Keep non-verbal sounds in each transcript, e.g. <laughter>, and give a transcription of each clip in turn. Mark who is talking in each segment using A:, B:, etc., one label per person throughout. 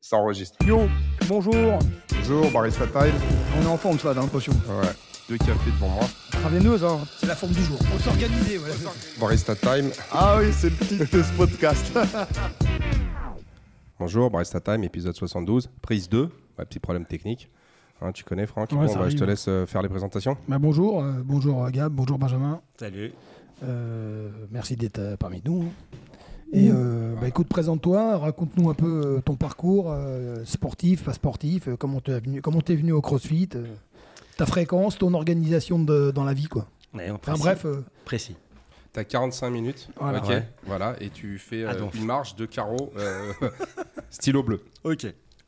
A: Ça enregistre.
B: Yo, bonjour.
A: Bonjour, Barista Time.
B: On est en forme, toi, dans la potion.
A: Ouais. Deux cafés devant moi.
B: Ravienneuse, hein.
C: C'est la forme du jour. Faut s'organiser, voilà.
A: Barista Time.
B: Ah oui, c'est le titre de ce podcast.
A: <laughs> Bonjour, Barista Time, épisode 72, prise 2. Ouais, petit problème technique. Hein, tu connais, Franck
B: Ouais,
A: Bon,
B: ça
A: bah, je te
B: arrive.
A: laisse euh, faire les présentations.
B: bah, bonjour, euh, bonjour euh, Gab, bonjour Benjamin.
D: Salut.
B: Euh, merci d'être euh, parmi nous. Et euh, bah, écoute, présente-toi, raconte-nous un peu euh, ton parcours euh, sportif, pas sportif, euh, comment t'es venu, comment t'es venu au CrossFit, euh, ta fréquence, ton organisation de- dans la vie, quoi.
D: Ouais, on
B: Enfin
D: précise.
B: bref, euh,
D: Précis.
A: T'as 45 minutes.
B: Voilà.
A: Ok.
D: Ouais.
A: Voilà. Et tu fais euh,
D: Ah, donc.
A: une marche de carreau
D: <laughs>
A: euh, <laughs> stylo bleu.
D: Ok.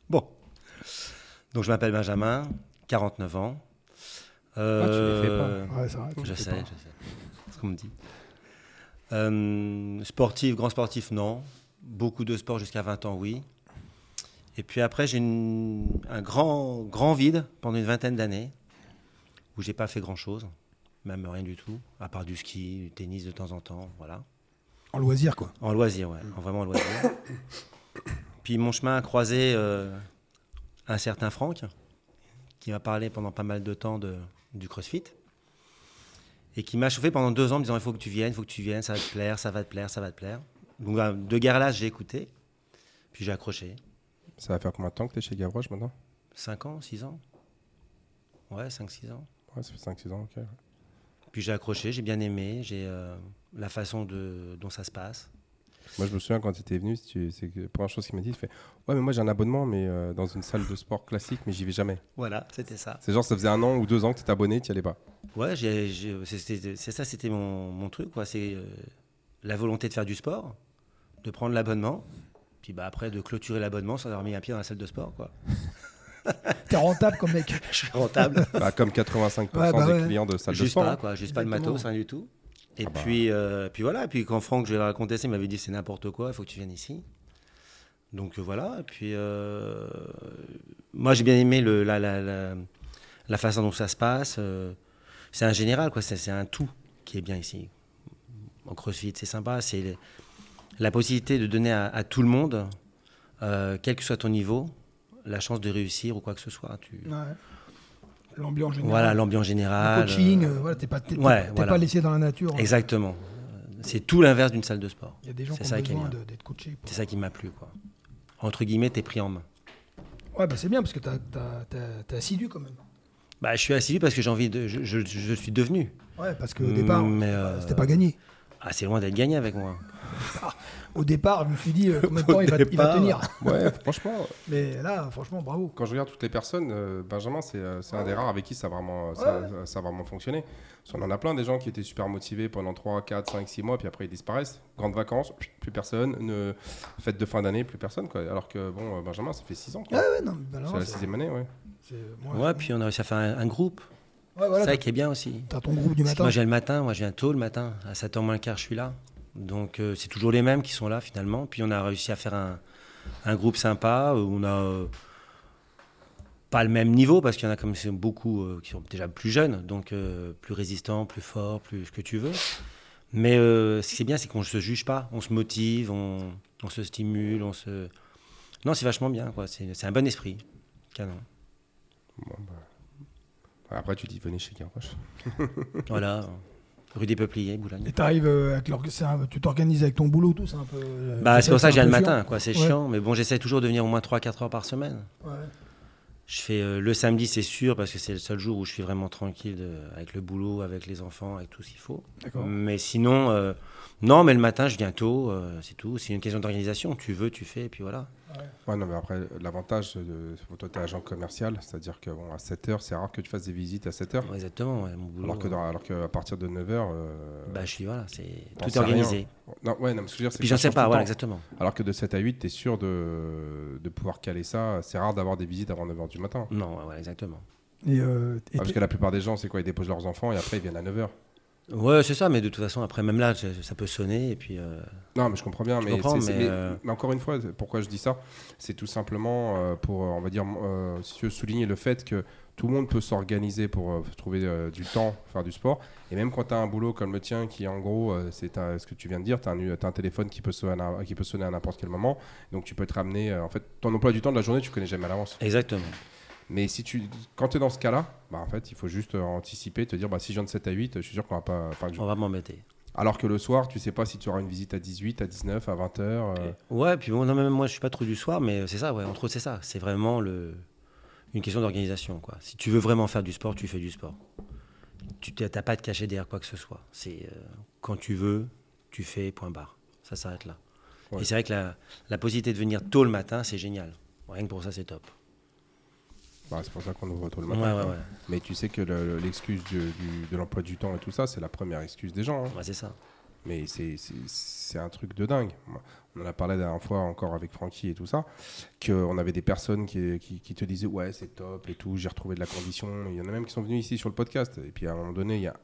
D: Bon. Donc je m'appelle Benjamin, 49 ans.
B: Ah,
D: Euh,
B: ouais, ça va, tu
D: Je
B: fais
D: sais,
B: pas.
D: je sais. C'est ce qu'on me dit. Euh, sportif, grand sportif, non. Beaucoup de sport jusqu'à 20 ans, oui. Et puis après, j'ai une- un grand, grand vide pendant une vingtaine d'années où j'ai pas fait grand-chose, même rien du tout, à part du ski, du tennis de temps en temps, voilà.
B: En loisir, quoi.
D: En loisir, ouais, en vraiment en loisir. Puis mon chemin a croisé euh, un certain Franck, qui m'a parlé pendant pas mal de temps de, du crossfit, et qui m'a chauffé pendant deux ans en me disant il faut que tu viennes, il faut que tu viennes, ça va te plaire, ça va te plaire, ça va te plaire. Donc euh, de garlage, j'ai écouté, puis j'ai accroché.
A: Ça va faire combien de temps que t'es chez Gavroche maintenant
D: 5 ans, 6 ans Ouais, 5-6 ans.
A: Ouais, ça fait 5-6 ans. Ok.
D: Puis j'ai accroché, j'ai bien aimé, j'ai euh, la façon de, dont ça se passe.
A: Moi, je me souviens quand tu étais venu, si tu- c'est que la première chose qu'il m'a dit, il fait Ouais, mais moi j'ai un abonnement, mais euh, dans une salle de sport classique, mais j'y vais jamais.
D: Voilà, c'était ça.
A: C'est genre, ça faisait un an ou deux ans que tu abonné, tu allais
B: <laughs>
A: pas.
D: Ouais, j'ai- j'ai- c'est- c'est c'est ça, c'était mon, mon truc, quoi. C'est euh, la volonté de faire du sport, de prendre l'abonnement, puis bah, après de clôturer l'abonnement sans avoir mis un pied dans la salle de sport, quoi.
B: T'es rentable comme
D: <laughs>
B: mec.
D: Je suis rentable.
A: Bah, comme 85%
B: Ouais, bah
A: des
B: ouais.
A: clients de salle de
D: juste
A: sport.
D: pas,
A: hein.
D: quoi. Juste pas le
B: Exactement.
D: matos, rien du tout. Et puis, euh, puis voilà. Et puis quand Franck, je lui ai raconté ça, il m'avait dit c'est n'importe quoi, il faut que tu viennes ici. Donc euh, voilà. Et puis, euh, moi, j'ai bien aimé le, la, la, la, la façon dont ça se passe. euh, c'est un général, quoi. C'est c'est un tout qui est bien ici. En crossfit, c'est sympa. C'est le- la possibilité de donner à, à tout le monde, euh, quel que soit ton niveau, la chance de réussir ou quoi que ce soit. Tu...
B: L'ambiance générale.
D: Voilà, l'ambiance
B: Le
D: générale.
B: coaching,
D: euh,
B: euh, voilà, t'es pas, t'es- t'es pas-
D: Ouais,
B: t'es
D: voilà.
B: pas laissé dans la nature.
D: Exactement. C'est tout l'inverse d'une salle de sport.
B: Il y a des gens
D: C'est
B: qui ont
D: ça qui est
B: besoin
D: bien.
B: de- d'être coachés. pour-
D: C'est ça qui m'a plu, quoi. Entre guillemets, t'es pris en main.
B: Ouais, bah c'est bien parce que t'as- t'as- t'as- t'es assidu quand même.
D: Bah, je suis assidu parce que j'ai envie de. Je, je- je suis devenu.
B: Ouais, parce qu'au départ,
D: Mais,
B: euh,
D: euh,
B: c'était pas gagné.
D: Ah, c'est loin d'être gagné avec moi.
B: Au départ, je me suis dit
D: <laughs>
B: euh, combien de
D: Au
B: temps il va, il va
D: départ.
B: tenir.
A: Ouais,
B: <laughs>
A: franchement,
B: Mais là, franchement, bravo.
A: quand je regarde toutes les personnes, euh, Benjamin, c'est euh, c'est un des rares avec qui ça a vraiment, euh, ça, ça a vraiment fonctionné. Parce qu'on en a plein des gens qui étaient super motivés pendant 3, 4, 5, 6 mois, puis après ils disparaissent. Grandes vacances, plus personne. Ne... Fête de fin d'année, plus personne. Quoi. Alors que, bon, euh, Benjamin, ça fait 6 ans.
B: Ouais,
A: quoi.
B: ouais, non, mais bah, non,
A: C'est la
B: c'est-
A: sixième année, ouais.
B: c'est- moi,
D: Ouais, puis on a réussi à faire un, un groupe.
B: ouais, Ah, voilà,
D: c'est ça
B: t'as-
D: qui est bien aussi.
B: t'as ton groupe du
D: Parce que
B: matin.
D: moi, j'ai le matin, moi, je viens tôt le matin. À 7h moins le quart, je suis là. Donc, euh, c'est toujours les mêmes qui sont là, finalement. Puis, on a réussi à faire un, un groupe sympa. où On a. euh, pas le même niveau parce qu'il y en a comme c'est beaucoup euh, qui sont déjà plus jeunes, donc euh, plus résistants, plus forts, plus ce que tu veux. Mais euh, ce qui est bien, c'est qu'on ne se juge pas, on se motive, on, on se stimule, on se. Non, c'est vachement bien, quoi. C'est c'est un bon esprit. Canon.
A: bah. Après, tu dis, venez chez Gavroche.
D: Voilà. Rue des Peupliers, Boulogne.
B: Et t'arrives euh, avec l'org- c'est un- tu t'organises avec ton boulot, tout, c'est un peu. euh,
D: Bah, c'est pour ça que je
B: un
D: viens le
B: peu
D: matin, quoi. C'est
B: Ouais.
D: chiant, mais bon, j'essaie toujours de venir au moins 3-4 heures par semaine.
B: chiant. Ouais.
D: Je fais euh, le samedi, c'est sûr, parce que c'est le seul jour où je suis vraiment tranquille euh, avec le boulot, avec les enfants, avec tout ce qu'il faut.
B: D'accord.
D: Mais sinon, euh, non, mais le matin, je viens tôt, euh, c'est tout. C'est une question d'organisation. Tu veux, tu fais, et puis voilà.
A: Ouais, non, mais après, l'avantage, euh, de... toi, t'es agent commercial, c'est-à-dire que bon, à 7h, c'est rare que tu fasses des visites à 7h,
D: Ouais, Exactement, ouais, mon boulot.
A: alors que
D: euh,
A: dans- alors qu'à partir de 9h.
D: Bah, je suis, voilà, c'est
A: T'en
D: tout est
A: sais rien.
D: organisé.
A: Non, ouais, non, mais ce que je veux dire, hein. c'est
D: Puis
A: que
D: j'en
A: ça
D: sais
A: change
D: pas,
A: tout le temps.
D: voilà, exactement.
A: Alors que de 7 à 8, tu es sûr de, de pouvoir caler ça. C'est rare d'avoir des visites avant 9h du matin.
D: Non, ouais, voilà, exactement.
B: Et, euh, et
A: Ah, parce
B: t'es-
A: que la plupart des gens, c'est quoi Ils déposent leurs enfants et après ils viennent à 9h.
D: Ouais, c'est ça, mais de toute façon, après, même là, je- ça peut sonner, et puis... euh,
A: Non, mais je comprends bien.
D: Je
A: mais,
D: comprends,
A: c'est- c'est-
D: mais,
A: mais-
D: euh,
A: mais encore une fois, pourquoi je dis ça C'est tout simplement euh, pour, on va dire, euh, si tu veux, souligner le fait que tout le monde peut s'organiser pour euh, trouver euh, du temps, faire du sport. Et même quand tu as un boulot comme le tien, qui en gros, euh, c'est un- ce que tu viens de dire, tu as, un téléphone qui peut sonner à, qui peut sonner à n'importe quel moment. Donc tu peux te ramener. euh, en fait, ton emploi du temps de la journée, tu connais jamais à l'avance.
D: Exactement.
A: Mais si tu, quand tu es dans ce cas-là, bah, en fait, il faut juste euh, anticiper, te dire, bah, si je viens de 7 à 8, je suis sûr qu'on va pas. enfin, que je-
D: On va m'embêter.
A: Alors que le soir, tu sais pas si tu auras une visite à 18, à 19, à 20 heures. euh,
D: Ouais, puis bon, non, même moi, je suis pas trop du soir, mais euh, c'est ça, ouais, entre autres, c'est ça. C'est vraiment le... une question d'organisation, quoi. Si tu veux vraiment faire du sport, tu fais du sport. Tu t'as t'as pas de cachet derrière quoi que ce soit. C'est euh, quand tu veux, tu fais, point barre. Ça s'arrête là.
A: Ouais.
D: Et c'est vrai que la, la possibilité de venir tôt le matin, c'est génial. Rien que pour ça, c'est top.
A: Bah, c'est pour ça qu'on ouvre tôt le
D: Ouais,
A: matin.
D: ouais,
A: quoi.
D: ouais.
A: Mais tu sais que le- le- l'excuse du- du- de l'emploi du temps et tout ça, c'est la première excuse des gens. hein.
D: Ouais, c'est ça.
A: Mais c'est- c'est c'est un truc de dingue. Moi, On en a parlé la dernière fois encore avec Francky et tout ça, qu'on avait des personnes qui, qui- qui te disaient ouais c'est top et tout, j'ai retrouvé de la condition. Il y en a même qui sont venus ici sur le podcast. Et puis à un moment donné, il y a...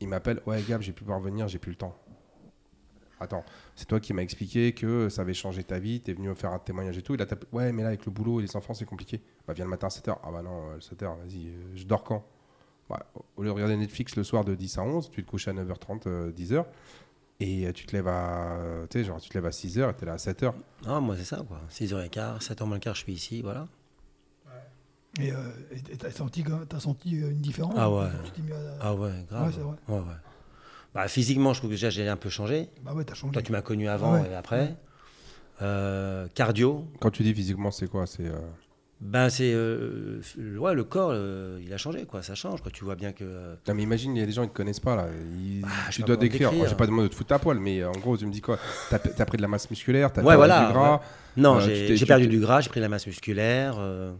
A: ils m'appellent ouais Gab, j'ai pu pas revenir, j'ai plus le temps. Attends, c'est toi qui m'as expliqué que ça avait changé ta vie, t'es venu me faire un témoignage et tout. Il a tapé ouais mais là avec le boulot et les enfants c'est compliqué. Bah viens le matin à 7h. Ah bah non, euh, 7h, vas-y, euh, je dors quand Bah, Au lieu de regarder Netflix le soir de 10 à 11, tu te couches à 9h30, euh, 10h. Et euh, tu te lèves à, euh, tu sais, genre, tu te lèves à 6h et t'es là à 7h.
D: Non, moi, c'est ça, quoi. 6h15, 7h moins le quart, je suis ici, voilà.
B: Et euh, et- et t'as senti, quand- t'as senti euh, une différence
D: Ah ouais.
B: Tu t'es mis à-
D: Ah ouais, grave.
B: Ouais, c'est vrai.
D: Ouais, ouais. Bah, physiquement, je trouve que déjà, j'ai un peu changé.
B: Bah ouais, t'as changé.
D: Toi, tu m'as connu avant
B: Ah ouais.
D: et après. Euh, cardio,
A: Quand tu dis physiquement, c'est quoi C'est euh,
D: ben c'est euh, f- ouais, le corps, euh, il a changé quoi, ça change quoi. Tu vois bien que euh,
A: Non, mais imagine, il y a des gens qui te connaissent pas là. Ils-
D: Ah,
A: tu
D: je sais pas
A: dois
D: comment
A: décrire.
D: décrire.
A: J'ai pas demandé de te foutre ta poil, mais euh, en gros, tu me dis quoi T'as as pris de la masse musculaire, t'as
D: Ouais,
A: perdu
D: voilà,
A: du gras,
D: non,
A: Euh,
D: j'ai-
A: tu t'es-
D: j'ai
A: tu
D: perdu
A: t'es-
D: du gras, j'ai pris de la masse musculaire. euh,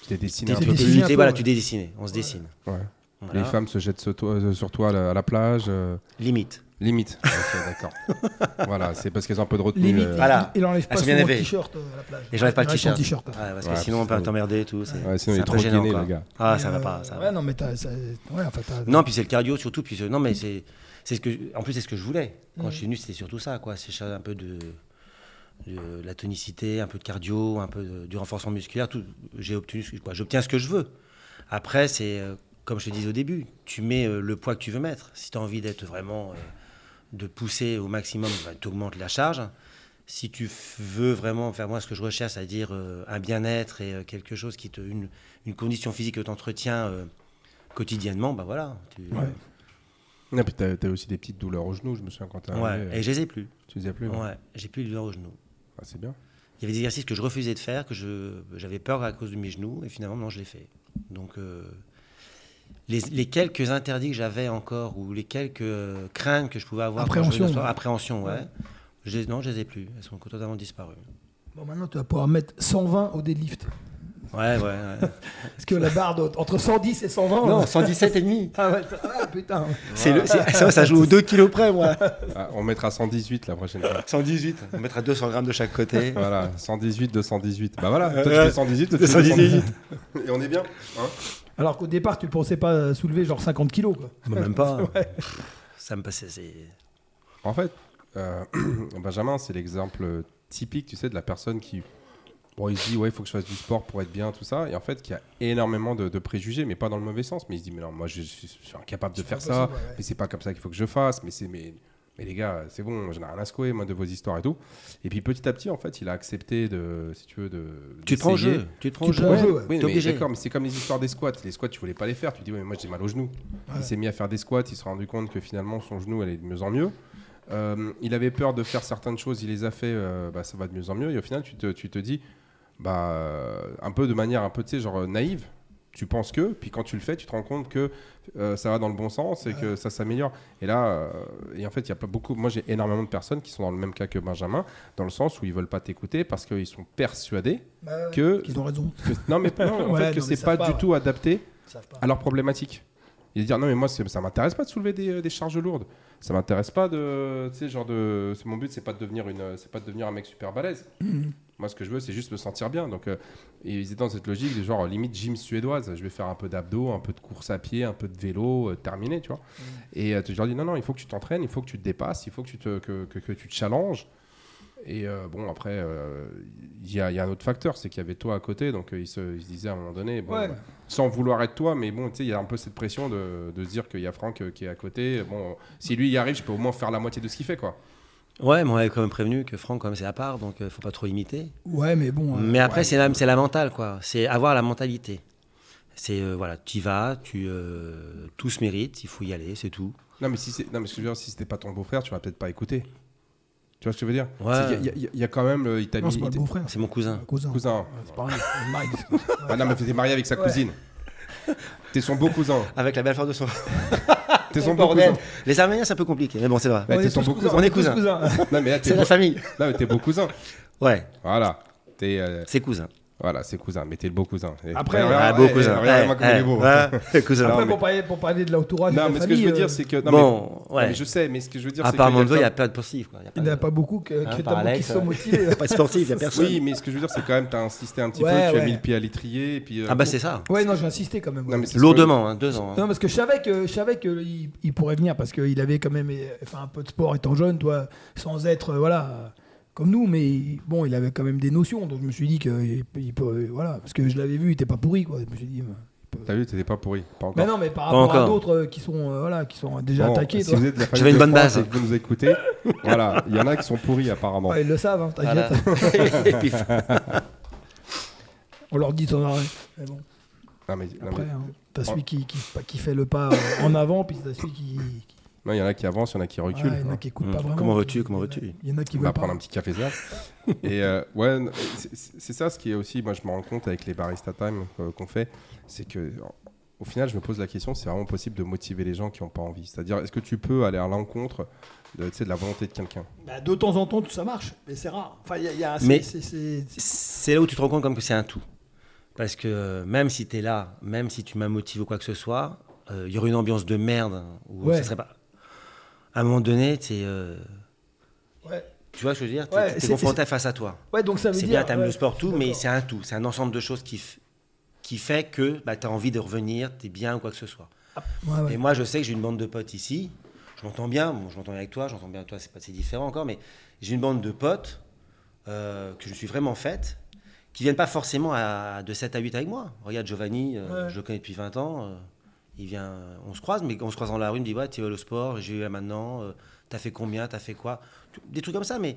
A: tu t'es dessiné un
B: t'es
A: peu.
B: dessiné.
D: tu
B: un
D: t'es-
B: peu,
D: voilà,
B: ouais.
D: tu t'es dessiné, on se dessine.
A: Ouais.
D: Voilà.
A: Les femmes se jettent sur toi, euh, sur toi, là, à la plage. euh,
D: Limite.
A: limite. ok, d'accord.
D: <laughs>
A: voilà, c'est parce qu'elles ont un peu de retenue.
B: Limite,
A: euh,
B: il-
D: Voilà.
B: il, enlève
D: Elles
B: pas
D: sont
B: son
D: bien élevées.
B: t-shirt euh, à la plage.
D: Et j'enlève pas le
B: Il enlève son
D: t-shirt.
B: t-shirt.
D: Ouais, parce que
A: Ouais,
D: sinon on
A: parce
D: peut
A: que-
D: t'emmerder et tout. c'est-
A: Ouais, sinon,
D: c'est
A: il est
D: un peu
A: trop
D: gênant,
A: gainé,
D: quoi.
A: le gars.
D: Ah,
B: Mais,
D: ça va
B: euh,
D: pas. ça va
B: ouais, non, mais t'as. ça- Ouais, enfin, t'as-
D: Non, puis c'est le cardio surtout. Puis c'est- non, mais c'est, c'est ce que, je- en plus c'est ce que je voulais. Quand je suis venu, c'était surtout ça, quoi. C'est ça, un peu de, de la tonicité, un peu de cardio, un peu de- du renforcement musculaire. Tout, j'ai obtenu, ce que- quoi, j'obtiens ce que je veux. Après, c'est euh, comme je te disais au début, tu mets euh, le poids que tu veux mettre. Si tu as envie d'être vraiment, euh, de pousser au maximum, tu augmentes la charge. Si tu f- veux vraiment faire moi ce que je recherche, c'est-à-dire euh, un bien-être et euh, quelque chose qui te, une, une condition physique que tu entretiens quotidiennement, bah voilà. tu-
A: Non, puis t'as t'as aussi des petites douleurs aux genoux, je me souviens quand t'as.
D: Ouais,
A: arrivé, euh,
D: et je les ai plus.
A: Tu les as plus.
D: Ouais,
A: non
D: j'ai plus de douleur aux genoux.
A: Ah, c'est bien.
D: Il y avait des exercices que je refusais de faire, que je, j'avais peur à cause de mes genoux, et finalement, non, je l'ai fait. Donc, euh, les, les quelques interdits que j'avais encore, ou les quelques euh, craintes que je pouvais avoir, quand je
B: Appréhension.
D: faisais le sport- appréhension, ouais.
B: Ouais.
D: Je les- non, je les ai plus. Elles sont totalement disparues.
B: Bon, maintenant, tu vas pouvoir mettre 120 au deadlift.
D: Ouais, ouais. ouais.
B: Parce que la barre d'entre entre 110 et 120.
D: <laughs> non,
B: euh,
D: 117 et demi.
B: Ah ouais, ça- ah, putain.
D: C'est le- c'est- ça, ça joue aux 2 kilos près, <laughs> moi.
A: Ah, on mettra 118 la prochaine fois.
D: 118. On mettra 200 grammes de chaque côté.
A: Voilà, 118, 218. Bah voilà, toi tu
D: Ouais.
A: fais 118, toi tu fais
D: 218.
A: 218. Et on est bien. hein
B: Alors qu'au départ, tu pensais pas soulever genre 50 kilos. Quoi.
D: Bah, même pas. Ça me passait. C'est...
A: En fait, euh, <clears throat> Benjamin, c'est l'exemple typique, tu sais, de la personne qui. Bon, il se dit, ouais, il faut que je fasse du sport pour être bien, tout ça. Et en fait, qui a énormément de, de préjugés, mais pas dans le mauvais sens. Mais il se dit, mais non, moi, je, suis je suis incapable de faire ça.
B: impossible, ouais, ouais.
A: Mais c'est pas comme ça qu'il faut que je fasse. Mais c'est. Mais, mais les gars, c'est bon, j'en ai rien à secouer, moi, de vos histoires et tout. Et puis petit à petit, en fait, il a accepté de. Si tu veux, de.
D: Tu te prends au
A: d'essayer.
D: jeu. Tu te prends
B: Tu
D: au
B: te
D: jeu.
B: prends au jeu, ouais.
A: Oui,
D: T'es
A: mais
D: obligé.
A: d'accord, mais c'est comme les histoires des squats. Les squats, tu voulais pas les faire. Tu dis, ouais, mais moi j'ai mal au genou. Il s'est mis à faire des squats. Il s'est rendu compte que finalement son genou allait de mieux en mieux. Euh, il avait peur de faire certaines choses. Il les a fait. euh, bah, ça va de mieux en mieux. Et au final, tu te, tu te dis, bah, euh, un peu de manière un peu, tu sais, genre euh, naïve. Tu penses que, puis quand tu le fais, tu te rends compte que euh, ça va dans le bon sens et que ça s'améliore. Et là, euh, et en fait, il y a pas beaucoup. Moi, j'ai énormément de personnes qui sont dans le même cas que Benjamin, dans le sens où ils veulent pas t'écouter parce qu'ils sont persuadés
B: Bah,
A: que
B: Ils ont raison.
A: que- non mais non, en
B: Ouais,
A: fait, que
B: non, mais
A: c'est
B: ça
A: pas
B: se
A: du
B: parle.
A: tout adapté
B: Ils savent pas.
A: à leur problématique. Ils disent non mais moi c'est- ça m'intéresse pas de soulever des, euh, des charges lourdes. Ça m'intéresse pas de tu sais genre de c'est mon but c'est pas de devenir une euh, c'est pas de devenir un mec super balèze. Moi, ce que je veux, c'est juste me sentir bien. Donc, euh, ils étaient dans cette logique de genre limite gym suédoise. Je vais faire un peu d'abdos, un peu de course à pied, un peu de vélo, euh, terminé, tu vois. Et euh, tu je leur dis non, non, il faut que tu t'entraînes, il faut que tu te dépasses, il faut que tu te, que, que- que tu te challenges. Et euh, bon, après, euh, il y, a- il y a un autre facteur, c'est qu'il y avait toi à côté, donc euh, ils, se, ils se disaient à un moment donné, bon,
C: Ouais.
A: bah, sans vouloir être toi, mais bon, tu sais, il y a un peu cette pression de, de se dire qu'il y a Franck euh, qui est à côté. Bon, si lui y arrive, je peux au moins faire la moitié de ce qu'il fait, quoi.
D: Ouais, mais on avait quand même prévenu que Franck, quand même, c'est à part, donc euh, faut pas trop imiter.
B: Ouais, mais bon. euh,
D: Mais après,
A: ouais.
D: c'est la, c'est la mentale, quoi. C'est avoir la mentalité. C'est, euh, voilà, tu y vas, tu, euh, tout se mérite, il faut y aller, c'est tout.
A: Non, mais si c'est, non, mais ce que je veux dire, si c'était pas ton beau-frère, tu l'aurais peut-être pas écouté. Tu vois ce que je veux dire
D: Ouais.
A: C'est qu'il y a- Il y, a- il y a quand même, le, il t'a
B: Non,
A: mis,
B: c'est pas
A: il
B: le
A: t'a-
B: beau frère,
D: C'est mon cousin.
B: c'est cousin.
A: cousin.
B: Ouais, C'est pareil. Le mari.
A: Ah non, mais t'es marié avec sa cousine. T'es son beau cousin.
D: Avec la belle forme de son.
A: T'es son beau
D: Bordel.
A: cousin.
D: Les Arméniens, c'est un peu compliqué, mais bon, c'est vrai.
A: Ouais, t'es
C: est
A: son
C: tous
A: beau cousin.
D: On est cousins.
A: Non, mais là, t'es
D: <laughs> C'est
A: beau,
D: la famille.
A: non, mais t'es beau cousin.
D: Ouais,
A: Voilà. T'es, euh,
D: c'est cousin.
A: voilà, c'est cousin, mais t'es le beau cousin. Et-
B: Après,
A: regarde-
D: Ah,
A: regarde-
D: beau
A: eh,
D: cousin.
A: Regarde-moi
D: Ouais,
A: comme il est beau.
D: ouais, ouais, cousin.
B: Après,
A: mais-
B: pour, parler, pour parler de l'entourage.
A: Non,
B: de
A: mais
B: la
A: ce que je veux
B: famille,
A: dire,
B: euh,
A: c'est que. non, mais-
D: bon,
A: non, mais
D: ouais.
A: je sais, mais ce que je veux dire,
D: à
A: c'est que.
D: part
A: il y a
D: Mondo, il n'y a
A: quand-
D: pas de sportif. quoi. Il y a
B: Il n'y en a
D: de-
B: pas beaucoup que-
D: Hein,
B: qui
D: par
B: qui
D: Alex,
B: sont
D: ouais. <laughs>
B: motivés.
D: pas de sportif, il n'y a personne.
A: Oui, mais ce que je veux dire, c'est quand même, t'as insisté un petit
B: Ouais,
A: peu, tu as
B: ouais.
A: mis le pied à l'étrier, et puis. euh,
D: Ah bah c'est ça.
B: Ouais, non, j'ai insisté quand même.
A: Non,
B: ouais.
A: mais c'est ce que-
D: Lourdement, hein, deux
A: Ah.
D: ans. hein.
B: Non, parce que je savais que je savais que il, il pourrait venir parce qu'il avait quand même euh, fait un peu de sport étant jeune, toi, sans être euh, voilà euh, comme nous, mais il- bon, il avait quand même des notions, donc je me suis dit que il- il peut- euh, voilà, parce que je l'avais vu, il était pas pourri quoi. Je me suis dit, mais-
A: T'as vu, t'étais pas pourri. Pas encore.
B: mais Bah non, mais par rapport à
D: encore.
B: d'autres euh, qui sont euh, voilà, qui sont déjà
A: Bon,
B: attaqués,
A: si
B: toi.
A: vous êtes de la famille
D: veux une
A: de
D: bonne
A: France
D: base.
A: et que vous nous
B: <laughs>
A: écoutez, voilà, il y en a qui sont pourris apparemment.
B: Ouais, ils le savent, hein,
D: Voilà.
B: t'inquiète.
D: Et puis,
B: <laughs> on leur dit sans arrêt. Mais bon,
A: Non, mais- non, mais-
B: après, hein, t'as
A: Ouais.
B: celui qui, qui, qui fait le pas euh, en avant, puis t'as celui qui, qui-
A: non, il y en a qui avancent, il y en a qui
B: ah,
A: reculent.
B: il y en a
A: hein.
B: qui écoutent
D: Mmh.
B: pas vraiment.
D: Comment veux-tu,
B: Il
D: comment
B: y en a-
D: veux-tu
B: Il y en a qui
A: On
B: veulent
A: va
B: pas.
A: prendre un petit café ça. et euh, ouais, n- c'est- c'est c'est ça ce qui est aussi, moi je me rends compte avec les barista time euh, qu'on fait, c'est que en- au final je me pose la question, c'est vraiment possible de motiver les gens qui n'ont pas envie. C'est-à-dire, est-ce que tu peux aller à l'encontre de, tu sais, de la volonté de quelqu'un
B: Bah, de temps en temps, ça marche, mais c'est rare. Enfin, il y a- il y a- c'est-
D: Mais-
B: c'est- c'est-
D: c'est là où tu te rends compte comme que c'est un tout. Parce que euh, même si tu es là, même si tu m'as motivé ou quoi que ce soit, euh, il y aurait une ambiance de merde. hein, Où
B: Ouais.
D: ça serait pas... À un moment donné, t'es, euh,
B: ouais.
D: tu vois ce que je veux dire Tu
B: Ouais,
D: es,
B: c'est-
D: confronté face à toi.
B: Ouais, donc ça veut
D: C'est
B: dire.
D: bien, tu aimes
B: ouais,
D: le sport, tout,
B: je suis
D: mais
B: d'accord.
D: c'est un tout. C'est un ensemble de choses qui, f- qui fait que bah, tu as envie de revenir, tu es bien ou quoi que ce soit.
B: Ouais, ouais.
D: Et moi, je sais que j'ai une bande de potes ici. Je m'entends bien. Bon, je m'entends bien avec toi. J'entends bien avec toi. C'est pas c'est différent encore, mais j'ai une bande de potes euh, que je suis vraiment faite, qui viennent pas forcément à, de 7 à 8 avec moi. Regarde Giovanni, euh,
B: Ouais.
D: je le connais depuis 20 ans. euh, il vient, on se croise, mais on se croise dans la rue. Il me dit ouais, tu vas au sport. J'ai eu là maintenant. euh, T'as fait combien T'as fait quoi Tout- Des trucs comme ça, mais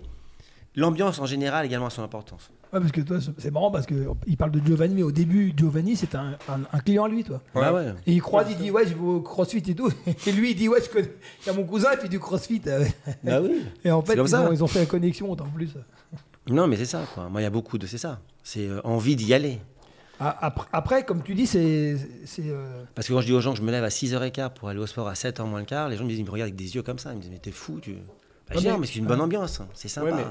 D: l'ambiance en général également a son importance.
B: Ouais, parce que toi, c'est- c'est marrant parce qu'il parle de Giovanni, mais au début, Giovanni, c'était un, un- un client à lui, toi.
A: Ouais.
D: Bah ouais.
B: Et il croise, il dit, ouais, je vais au crossfit et tout. <laughs> Et lui, il dit, ouais, je connais. Il y a mon cousin, il fait du crossfit.
D: Bah oui.
B: Et en fait,
D: C'est comme
B: ils
D: ça.
B: ont, ils ont fait la connexion, en plus.
D: Non, mais c'est ça. Quoi. Moi, il y a beaucoup de c'est ça. C'est euh, envie d'y aller.
B: Ah, Après, après, comme tu dis, c'est. c'est, euh,
D: Parce que quand je dis aux gens que je me lève à 6h15 pour aller au sport à 7h moins le quart, les gens me disent, ils me regardent avec des yeux comme ça. Ils me disent, mais t'es fou, tu. Bah, je dis,
B: mais-
D: non, mais c'est une bonne ambiance, hein, c'est sympa.
A: Ouais,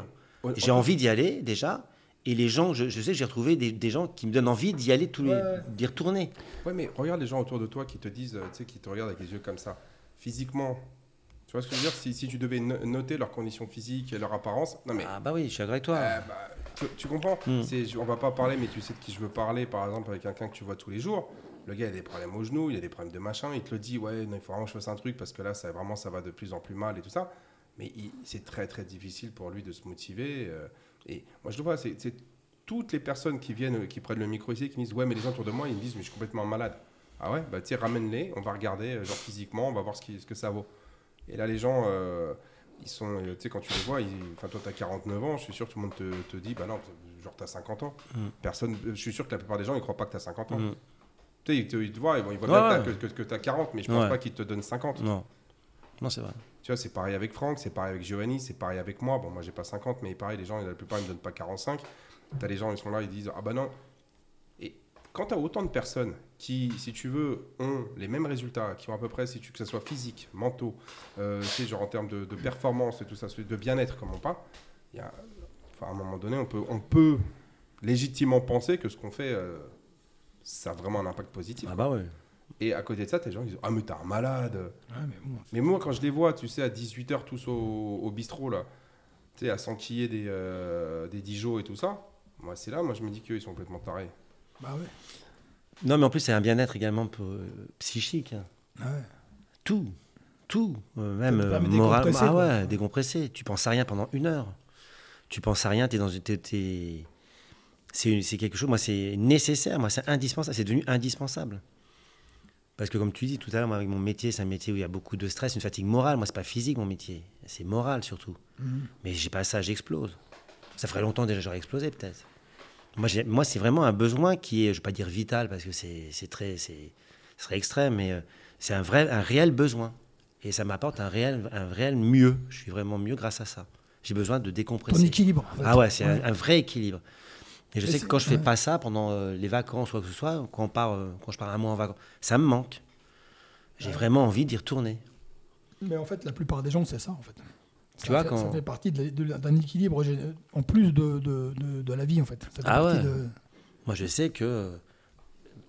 A: mais-
D: Et J'ai envie d'y aller déjà. Et les gens, je, je sais que j'ai retrouvé des, des gens qui me donnent envie d'y aller, tous les, d'y retourner.
A: Ouais, mais regarde les gens autour de toi qui te disent, euh, tu sais, qui te regardent avec les yeux comme ça. Physiquement, tu vois ce que je veux dire si, si tu devais no- noter leurs conditions physiques et leur apparence, non mais
D: Ah bah oui, je suis d'accord avec toi.
A: Euh, bah, tu, tu comprends
D: Mm.
A: C'est- je- On va pas parler, mais tu sais de qui je veux parler, par exemple, avec quelqu'un que tu vois tous les jours. Le gars, il a des problèmes aux genoux, il a des problèmes de machin, il te le dit, ouais, non, il faut vraiment que je fasse un truc parce que là, ça, vraiment, ça va de plus en plus mal et tout ça. Mais il- c'est très, très difficile pour lui de se motiver. euh, et moi, je le vois, c'est c'est toutes les personnes qui viennent, euh, qui prennent le micro ici, qui me disent, ouais, mais les gens autour de moi, ils me disent, mais je suis complètement malade. Ah ouais, bah tu sais, ramène-les, on va regarder, euh, genre physiquement, on va voir ce, qui- ce que ça vaut. Et là, les gens, euh, ils sont, euh, tu sais, quand tu les vois, ils- enfin, toi, t'as 49 ans, je suis sûr que tout le monde te, te dit, bah non, genre, t'as 50 ans.
D: Mm.
A: Personne, euh, je suis sûr que la plupart des gens, ils croient pas que t'as 50 ans.
D: Mm.
A: Tu sais, ils, te- ils te voient, et bon, ils voient
D: Ouais,
A: bien que
D: ouais.
A: t'as- que, que- que t'as 40, mais je pense
D: Ouais.
A: pas qu'ils te donnent 50.
D: Non. Non, c'est vrai.
A: Tu vois, c'est pareil avec Franck, c'est pareil avec Giovanni, c'est pareil avec moi. Bon, moi, j'ai pas 50, mais pareil, les gens, la plupart, ils me donnent pas 45. T'as les gens, ils sont là, ils disent Ah bah non. Et quand t'as autant de personnes qui, si tu veux, ont les mêmes résultats, qui ont à peu près, si tu que ce soit physique, mentaux, euh, tu sais, genre en termes de, de performance et tout ça, de bien-être, comme on parle, il y a, enfin, à un moment donné, on peut, on peut légitimement penser que ce qu'on fait, euh, ça a vraiment un impact positif.
D: Ah bah oui.
A: Et à côté de ça, t'as les gens, ils disent Ah, mais t'es un malade
B: ouais, mais bon.
A: mais moi, quand je les vois, tu sais, à 18h tous au, au bistrot, là, tu sais, à s'enquiller des, euh, des Dijon et tout ça, Moi, c'est là, moi, je me dis qu'eux, ils sont complètement tarés.
B: Bah ouais.
D: Non, mais en plus, c'est un bien-être également pour- euh, psychique.
B: Ah ouais.
D: Tout. Tout. Euh, même
B: te
D: euh,
B: permet de
D: moral.
B: décompresser,
D: Ah
B: quoi.
D: ouais, décompressé. Tu penses à rien pendant une heure. Tu penses à rien, t'es dans une. t'es- t'es- C'est une- c'est quelque chose, moi, c'est nécessaire, moi, c'est indispensable. C'est devenu indispensable. Parce que, comme tu dis tout à l'heure, moi, avec mon métier, c'est un métier où il y a beaucoup de stress, une fatigue morale. Moi, c'est pas physique, mon métier. C'est moral, surtout. Mais j'ai pas ça, j'explose. Ça ferait longtemps déjà, j'aurais explosé, peut-être. Moi, j'ai- moi c'est vraiment un besoin qui est, je ne vais pas dire vital, parce que c'est c'est très, c'est ce serait extrême, mais euh, c'est un, vrai, un réel besoin. Et ça m'apporte un réel, un réel mieux. Je suis vraiment mieux grâce à ça. J'ai besoin de
B: Ton
D: décompresser.
B: équilibre. en fait.
D: Ah ouais, c'est un- Un, vrai équilibre. Et je
B: Et
D: sais
B: c'est-
D: que quand je fais
B: ouais.
D: pas ça pendant euh, les vacances, quoi que ce soit, quand, on part, euh, quand je pars un mois en vacances, ça me manque. J'ai vraiment envie d'y retourner.
B: Mais en fait, la plupart des gens, c'est ça, en fait.
D: Tu
B: ça
D: vois,
B: fait,
D: quand-
B: ça fait partie de la- de la- d'un équilibre gé- en plus de, de, de- de la vie, en fait. Ça fait
D: Ah
B: partie
D: ouais.
B: de-
D: Moi, je sais que euh,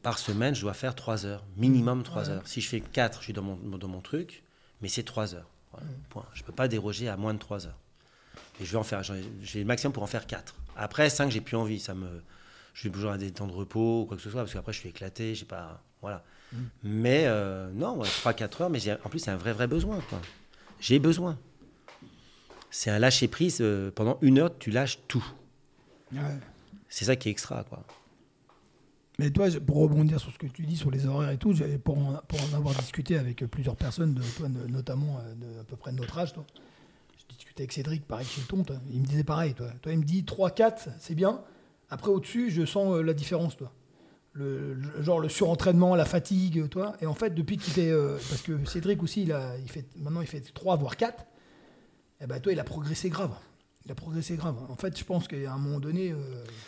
D: par semaine, je dois faire 3 heures, minimum 3 heures. Si je fais 4, je suis dans mon, dans mon truc, mais c'est 3 heures. Voilà, point. Je ne peux pas déroger à moins de 3 heures. Et je vais en faire, j'en ai- j'ai le maximum pour en faire 4. Après, 5, j'ai plus envie. Ça me, je suis toujours à des temps de repos ou quoi que ce soit, parce qu'après, je suis éclaté, j'ai pas. Voilà. Mais euh, non, 3-4 heures, mais j'ai- en plus, c'est un vrai, vrai besoin. quoi. J'ai besoin. C'est un lâcher prise. euh, pendant une heure, tu lâches tout.
B: Ouais.
D: C'est ça qui est extra, quoi.
B: Mais toi, j'ai- pour rebondir sur ce que tu dis sur les horaires et tout, j'ai- pour en, pour en avoir discuté avec plusieurs personnes, de, toi, de- notamment euh, de, à peu près de notre âge, toi. J'ai discuté avec Cédric, pareil chez Ton, toi. il me disait pareil, toi. Toi, il me dit 3-4, c'est bien. Après, au-dessus, je sens euh, la différence, toi. Le, le- genre le surentraînement, la fatigue, toi. Et en fait, depuis qu'il fait. euh, parce que Cédric aussi, il a, il fait, maintenant, il fait 3, voire 4. Et ben toi, il a progressé grave. Il a progressé grave. En fait, je pense qu'à un moment donné. euh,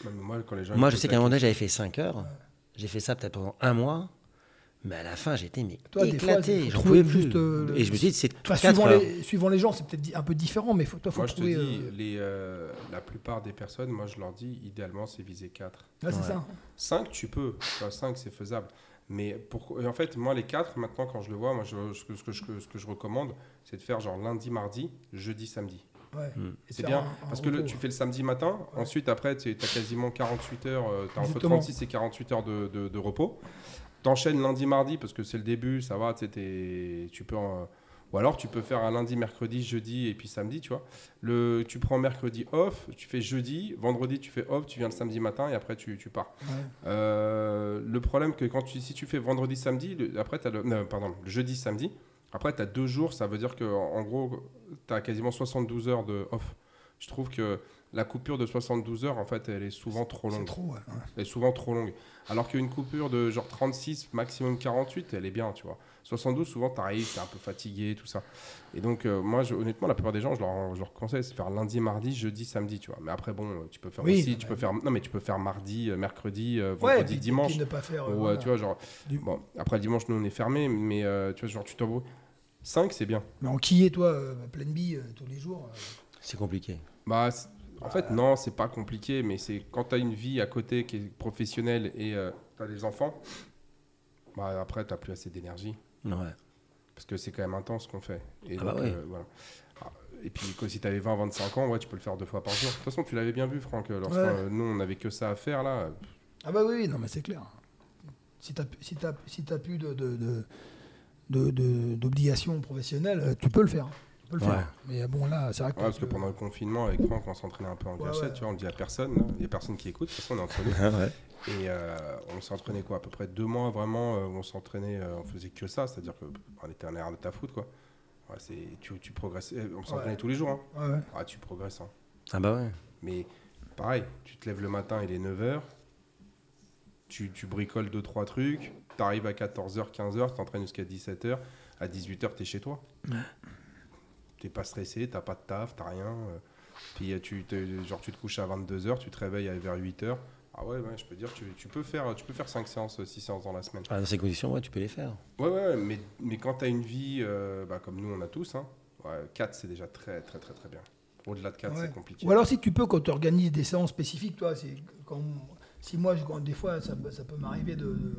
A: Même moi, quand les gens.
D: Moi,
A: ils
D: je sais
A: me
D: qu'à
A: claquent,
D: un moment donné, j'avais fait 5 heures. J'ai fait ça peut-être pendant un mois. Mais à la fin, j'étais mais
B: Toi, des fois,
D: éclaté.
B: faut
D: J'en
B: trouver
D: pouvais plus.
B: juste, euh,
D: Et je me suis dit, c'est
B: Enfin,
D: 4
B: suivant,
D: heures.
B: les, suivant les gens, c'est peut-être di- un peu différent, mais faut, toi, faut
A: Moi, je te
B: trouver.
A: dis,
B: euh,
A: les, euh, la plupart des personnes, moi, je leur dis, idéalement, c'est viser 4.
B: là, c'est
D: Ouais.
B: ça.
A: 5, tu peux. 5, c'est faisable. Mais pour... et en fait, moi, les 4, maintenant, quand je le vois, moi, je- ce, que, ce que je, ce que je recommande, c'est de faire genre lundi, mardi, jeudi, samedi.
B: Ouais. Et
A: Mm. C'est
B: faire
A: bien.
B: un- un
A: parce que le-
B: repos.
A: tu fais le samedi matin,
B: Ouais.
A: ensuite, après, tu as quasiment 48 heures, tu as entre
B: Exactement.
A: 36 et 48 heures de, de- de repos. T'enchaînes lundi, mardi, parce que c'est le début, ça va, tu sais, t'es- tu peux. en- Ou alors tu peux faire un lundi, mercredi, jeudi et puis samedi, tu vois. Le, tu prends mercredi off, tu fais jeudi, vendredi tu fais off, tu viens le samedi matin et après tu, tu pars.
B: Ouais.
A: Euh, le problème que quand tu, si tu fais vendredi samedi, le- après t'as le non, pardon, le jeudi samedi, après tu as deux jours, ça veut dire que en en gros tu as quasiment 72 heures de off. Je trouve que la coupure de 72 heures en fait, elle est souvent trop
B: C'est
A: longue.
B: trop, ouais. ouais.
A: Elle est souvent trop longue. Alors qu'une coupure de genre 36 maximum 48, elle est bien, tu vois. 72 souvent t'arrives, t'es un peu fatigué, tout ça. Et donc euh, moi je- honnêtement la plupart des gens, je leur, je leur conseille c'est de faire lundi, mardi, jeudi, samedi, tu vois. Mais après bon, tu peux faire
B: Oui,
A: aussi,
B: non,
A: tu
B: mais-
A: peux faire non mais tu peux faire mardi, euh, mercredi, euh,
B: Ouais,
A: vendredi,
B: puis-
A: dimanche.
B: puis ne pas faire. euh,
A: Ou, euh,
B: voilà.
A: tu vois, genre,
B: Du-
A: bon, après le dimanche, nous on est fermé, mais euh, tu vois, genre, tu t'embrouilles. 5, c'est bien.
B: Mais en qui est, toi, euh, pleine bille euh, tous les jours euh,
D: C'est compliqué.
A: Bah, c'est- en fait, non, c'est pas compliqué, mais c'est quand t'as une vie à côté qui est professionnelle et euh, t'as des enfants, bah, après, t'as plus assez d'énergie.
D: Ouais.
A: Parce que c'est quand même intense ce qu'on fait. Et,
D: Ah bah
A: donc,
D: oui.
A: euh, voilà. Ah, et puis, quoi, si t'avais 20-25 ans, ouais, tu peux le faire deux fois par jour. De toute façon, tu l'avais bien vu, Franck, euh, lorsque
B: Ouais.
A: euh, nous, on avait que ça à faire, là.
B: Ah, bah oui, oui, non, mais c'est clair. Si t'as si t'as- si t'as plus de. de, de de- de- d'obligations professionnelles, euh, tu peux le faire. Tu peux le
D: Ouais.
B: faire. Mais euh, bon, là, c'est vrai que.
A: Ouais, parce que pendant le confinement, avec Franck, on s'entraînait un peu en
B: Ouais,
A: cachette,
B: ouais.
A: tu vois, on le dit à personne, là. il y a personne qui écoute, de toute façon, on est entre nous.
D: ouais.
A: Et euh, on s'entraînait quoi À peu près deux mois vraiment, euh, où on s'entraînait, euh, on faisait que ça, c'est-à-dire qu'on était un air de ta foot quoi. Ouais, c'est, tu, tu progresses, eh, on s'entraînait
B: Ouais.
A: tous les jours, hein.
B: Ouais, ouais.
A: ah, tu progresses. hein.
D: Ah bah ouais.
A: Mais pareil, tu te lèves le matin, il est 9h, tu, tu bricoles 2-3 trucs, t'arrives à 14h, 15h, tu t'entraînes jusqu'à 17h, à 18h, t'es chez toi. T'es pas stressé, t'as pas de taf, t'as rien. euh. Puis euh, tu te, genre, tu te couches à 22h, tu te réveilles à- vers 8h. Ah ouais, ouais, je peux dire, tu, tu peux faire, tu peux faire 5 séances, 6 séances dans la semaine.
D: Ah, dans ces conditions, ouais, tu peux les faire.
A: Ouais, ouais, ouais, mais, mais quand t'as une vie, euh, bah, comme nous on a tous, hein, 4 c'est déjà très, très, très, très bien. Au-delà de 4,
B: Ouais.
A: c'est compliqué.
B: Ou alors si tu peux, quand tu organises des séances spécifiques, toi, c'est quand si moi, je- quand- des fois, ça, peut- ça peut m'arriver de, de-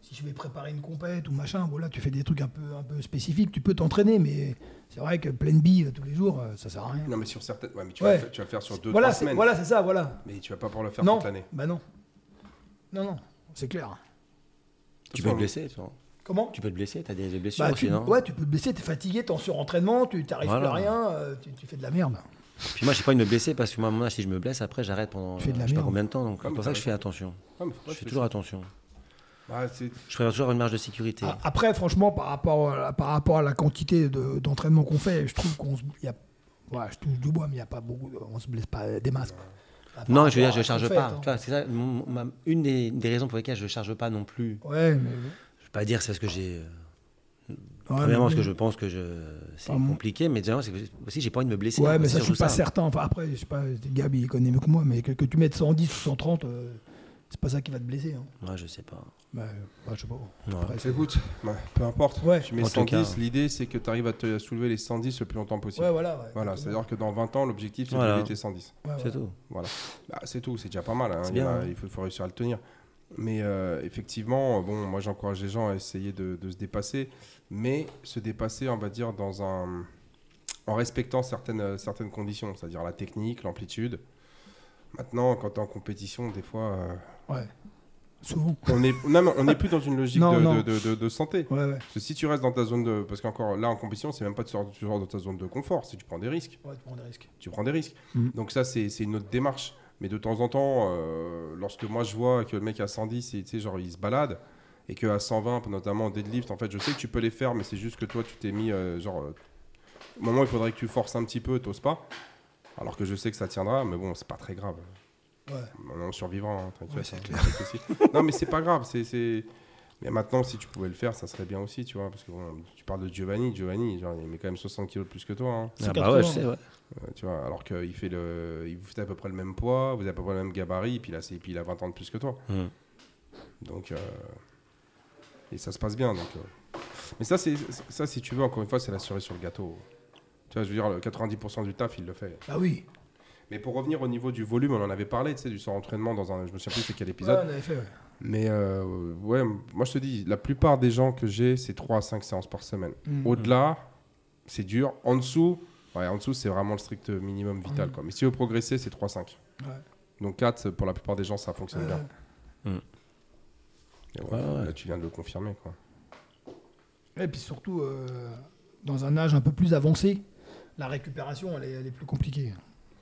B: si je vais préparer une compète ou machin, voilà, tu fais des trucs un peu, un peu spécifiques, tu peux t'entraîner, mais c'est vrai que pleine bille euh, tous les jours, euh, ça sert à rien.
A: Non, mais sur certaines. ouais, mais tu,
B: Ouais.
A: vas, le fa- tu vas le faire sur deux,
B: voilà,
A: trois
B: c'est,
A: semaines.
B: voilà, c'est ça, voilà.
A: Mais tu vas pas pouvoir le faire
B: non,
A: toute l'année.
B: bah non. Non, non, c'est clair.
D: Tu peux te blesser, tu vois.
B: Comment
D: Tu peux te blesser, t'as des blessures
B: Bah,
D: aussi,
B: tu,
D: non
B: ouais, tu peux te blesser, t'es fatigué, t'es en surentraînement, tu t'arrives plus
D: Voilà.
B: à rien, euh, tu, tu fais de la merde.
D: Puis moi, j'ai pas envie de me blesser parce que moi, à mon âge, si je me blesse, après, j'arrête pendant euh,
B: Tu fais de la
D: je sais pas
B: merde.
D: combien de temps. Donc,
A: Ouais,
D: c'est
A: mais
D: pour ça
A: t'as
D: que je fais attention.
A: Ouais, mais faut pas te
D: Je fais
A: blesser.
D: toujours attention.
A: Bah, c'est-
D: Je préfère toujours une marge de sécurité.
B: A- Après, franchement, par rapport à la, par rapport à la quantité de- d'entraînement qu'on fait, je trouve qu'on se. il y a- ouais, je touche du bois, mais il y a pas beaucoup. de- On se blesse pas des masques.
D: non, je veux dire,
B: Ah,
D: je charge
B: fait,
D: pas.
B: attends.
D: Tu vois, c'est ça, mon- ma- une des, des raisons pour lesquelles je charge pas non plus.
B: Ouais, mais.
D: Je vais pas dire c'est parce que j'ai. euh,
B: Ouais,
D: premièrement,
B: mais-
D: parce que je pense que je, c'est
B: Ah, mon-
D: compliqué, mais deuxièmement, c'est que aussi, j'ai pas envie de me blesser.
B: Ouais,
D: hein,
B: mais
D: c'est
B: ça, je suis
D: surtout
B: pas certain. Enfin, après, je sais pas, Gabi, il connaît mieux que moi, mais que, que tu mettes 110 ou 130, euh, c'est pas ça qui va te blesser. Hein.
D: Ouais, je sais pas.
B: Bah, euh, bah, je sais pas.
D: Ouais.
B: Après, c'est-
A: Écoute, bah, peu importe.
B: Ouais.
A: Tu mets
D: En tout cas.
A: 110, l'idée c'est que tu arrives à te soulever les 110 le plus longtemps possible.
B: Ouais, voilà. ouais.
A: Voilà,
B: Ouais,
A: c'est-à-dire que dans 20 ans, l'objectif c'est
D: Voilà.
A: de lever tes 110.
B: ouais.
D: C'est tout.
A: Voilà. Bah, c'est tout, c'est déjà pas mal. hein.
D: C'est
A: Il, y en a-
D: bien.
A: il faut, faut réussir à le tenir. Mais euh, effectivement, bon, moi j'encourage les gens à essayer de, de se dépasser, mais se dépasser, on va dire, dans un, en respectant certaines, euh, certaines conditions, c'est-à-dire la technique, l'amplitude. Maintenant, quand tu es en compétition, des fois, euh,
B: Ouais. Souvent.
A: on n'est <laughs> non, mais on n'est plus dans une logique
B: Non,
A: de,
B: non.
A: de- de- de- de santé.
B: Ouais, ouais.
A: Parce que si tu restes dans ta zone de. Parce qu'encore là, en compétition, c'est même pas de sortir toujours dans ta zone de confort, si tu prends des risques
B: Ouais, tu prends des risques.
D: Ah,
A: tu prends des risques.
B: Mhm.
A: Donc ça, c'est c'est une autre démarche. Mais de temps en temps, euh, lorsque moi je vois que le mec à 110, il- tu sais, genre il se balade, et qu'à 120, notamment en deadlift, en fait, je sais que tu peux les faire, mais c'est juste que toi, tu t'es mis, euh, genre, euh, au moment où il faudrait que tu forces un petit peu, t'oses pas. Alors que je sais que ça tiendra, mais bon, c'est pas très grave.
B: Ouais.
A: On survivra, hein, t'inquiète. <laughs>
B: Ouais, c'est
A: hein, pas de souci. non, mais c'est pas grave. c'est c'est- Mais maintenant, si tu pouvais le faire, ça serait bien aussi, tu vois. Parce que bon, tu parles de Giovanni. Giovanni, genre, il met quand même 60 kilos de plus que toi. hein.
D: Ah, bah
B: 80,
D: ouais, je sais, ouais.
A: Euh, tu vois, alors qu'il fait le, il vous fait à peu près le même poids, vous avez à peu près le même gabarit, et puis là, c'est, puis il a 20 ans de plus que toi.
D: Mm.
A: Donc, euh, et ça se passe bien. Donc, euh. mais ça, c'est, ça, si tu veux, encore une fois, c'est la cerise sur le gâteau. Tu vois, je veux dire, le 90% du taf, il le fait.
B: Bah oui.
A: Mais pour revenir au niveau du volume, on en avait parlé, tu sais, du sort entraînement dans un, je me souviens plus c'est quel
B: Ouais, on
A: épisode.
B: avait fait, ouais.
A: Mais euh, ouais, moi je te dis, la plupart des gens que j'ai, c'est 3 à 5 séances par semaine.
B: Mm.
A: Au-delà, c'est dur. En dessous, ouais, en dessous, c'est vraiment le strict minimum vital. Quoi. Mais si tu veux progresser, c'est 3 à 5.
B: Ouais.
A: Donc 4, pour la plupart des gens, ça fonctionne
B: Ouais.
A: bien.
D: Mm.
A: Et
D: Ouais,
A: voilà,
D: ouais.
A: Là, tu viens de le confirmer. Quoi.
B: Bah, Et puis surtout, euh, dans un âge un peu plus avancé, la récupération, elle est, elle est plus compliquée.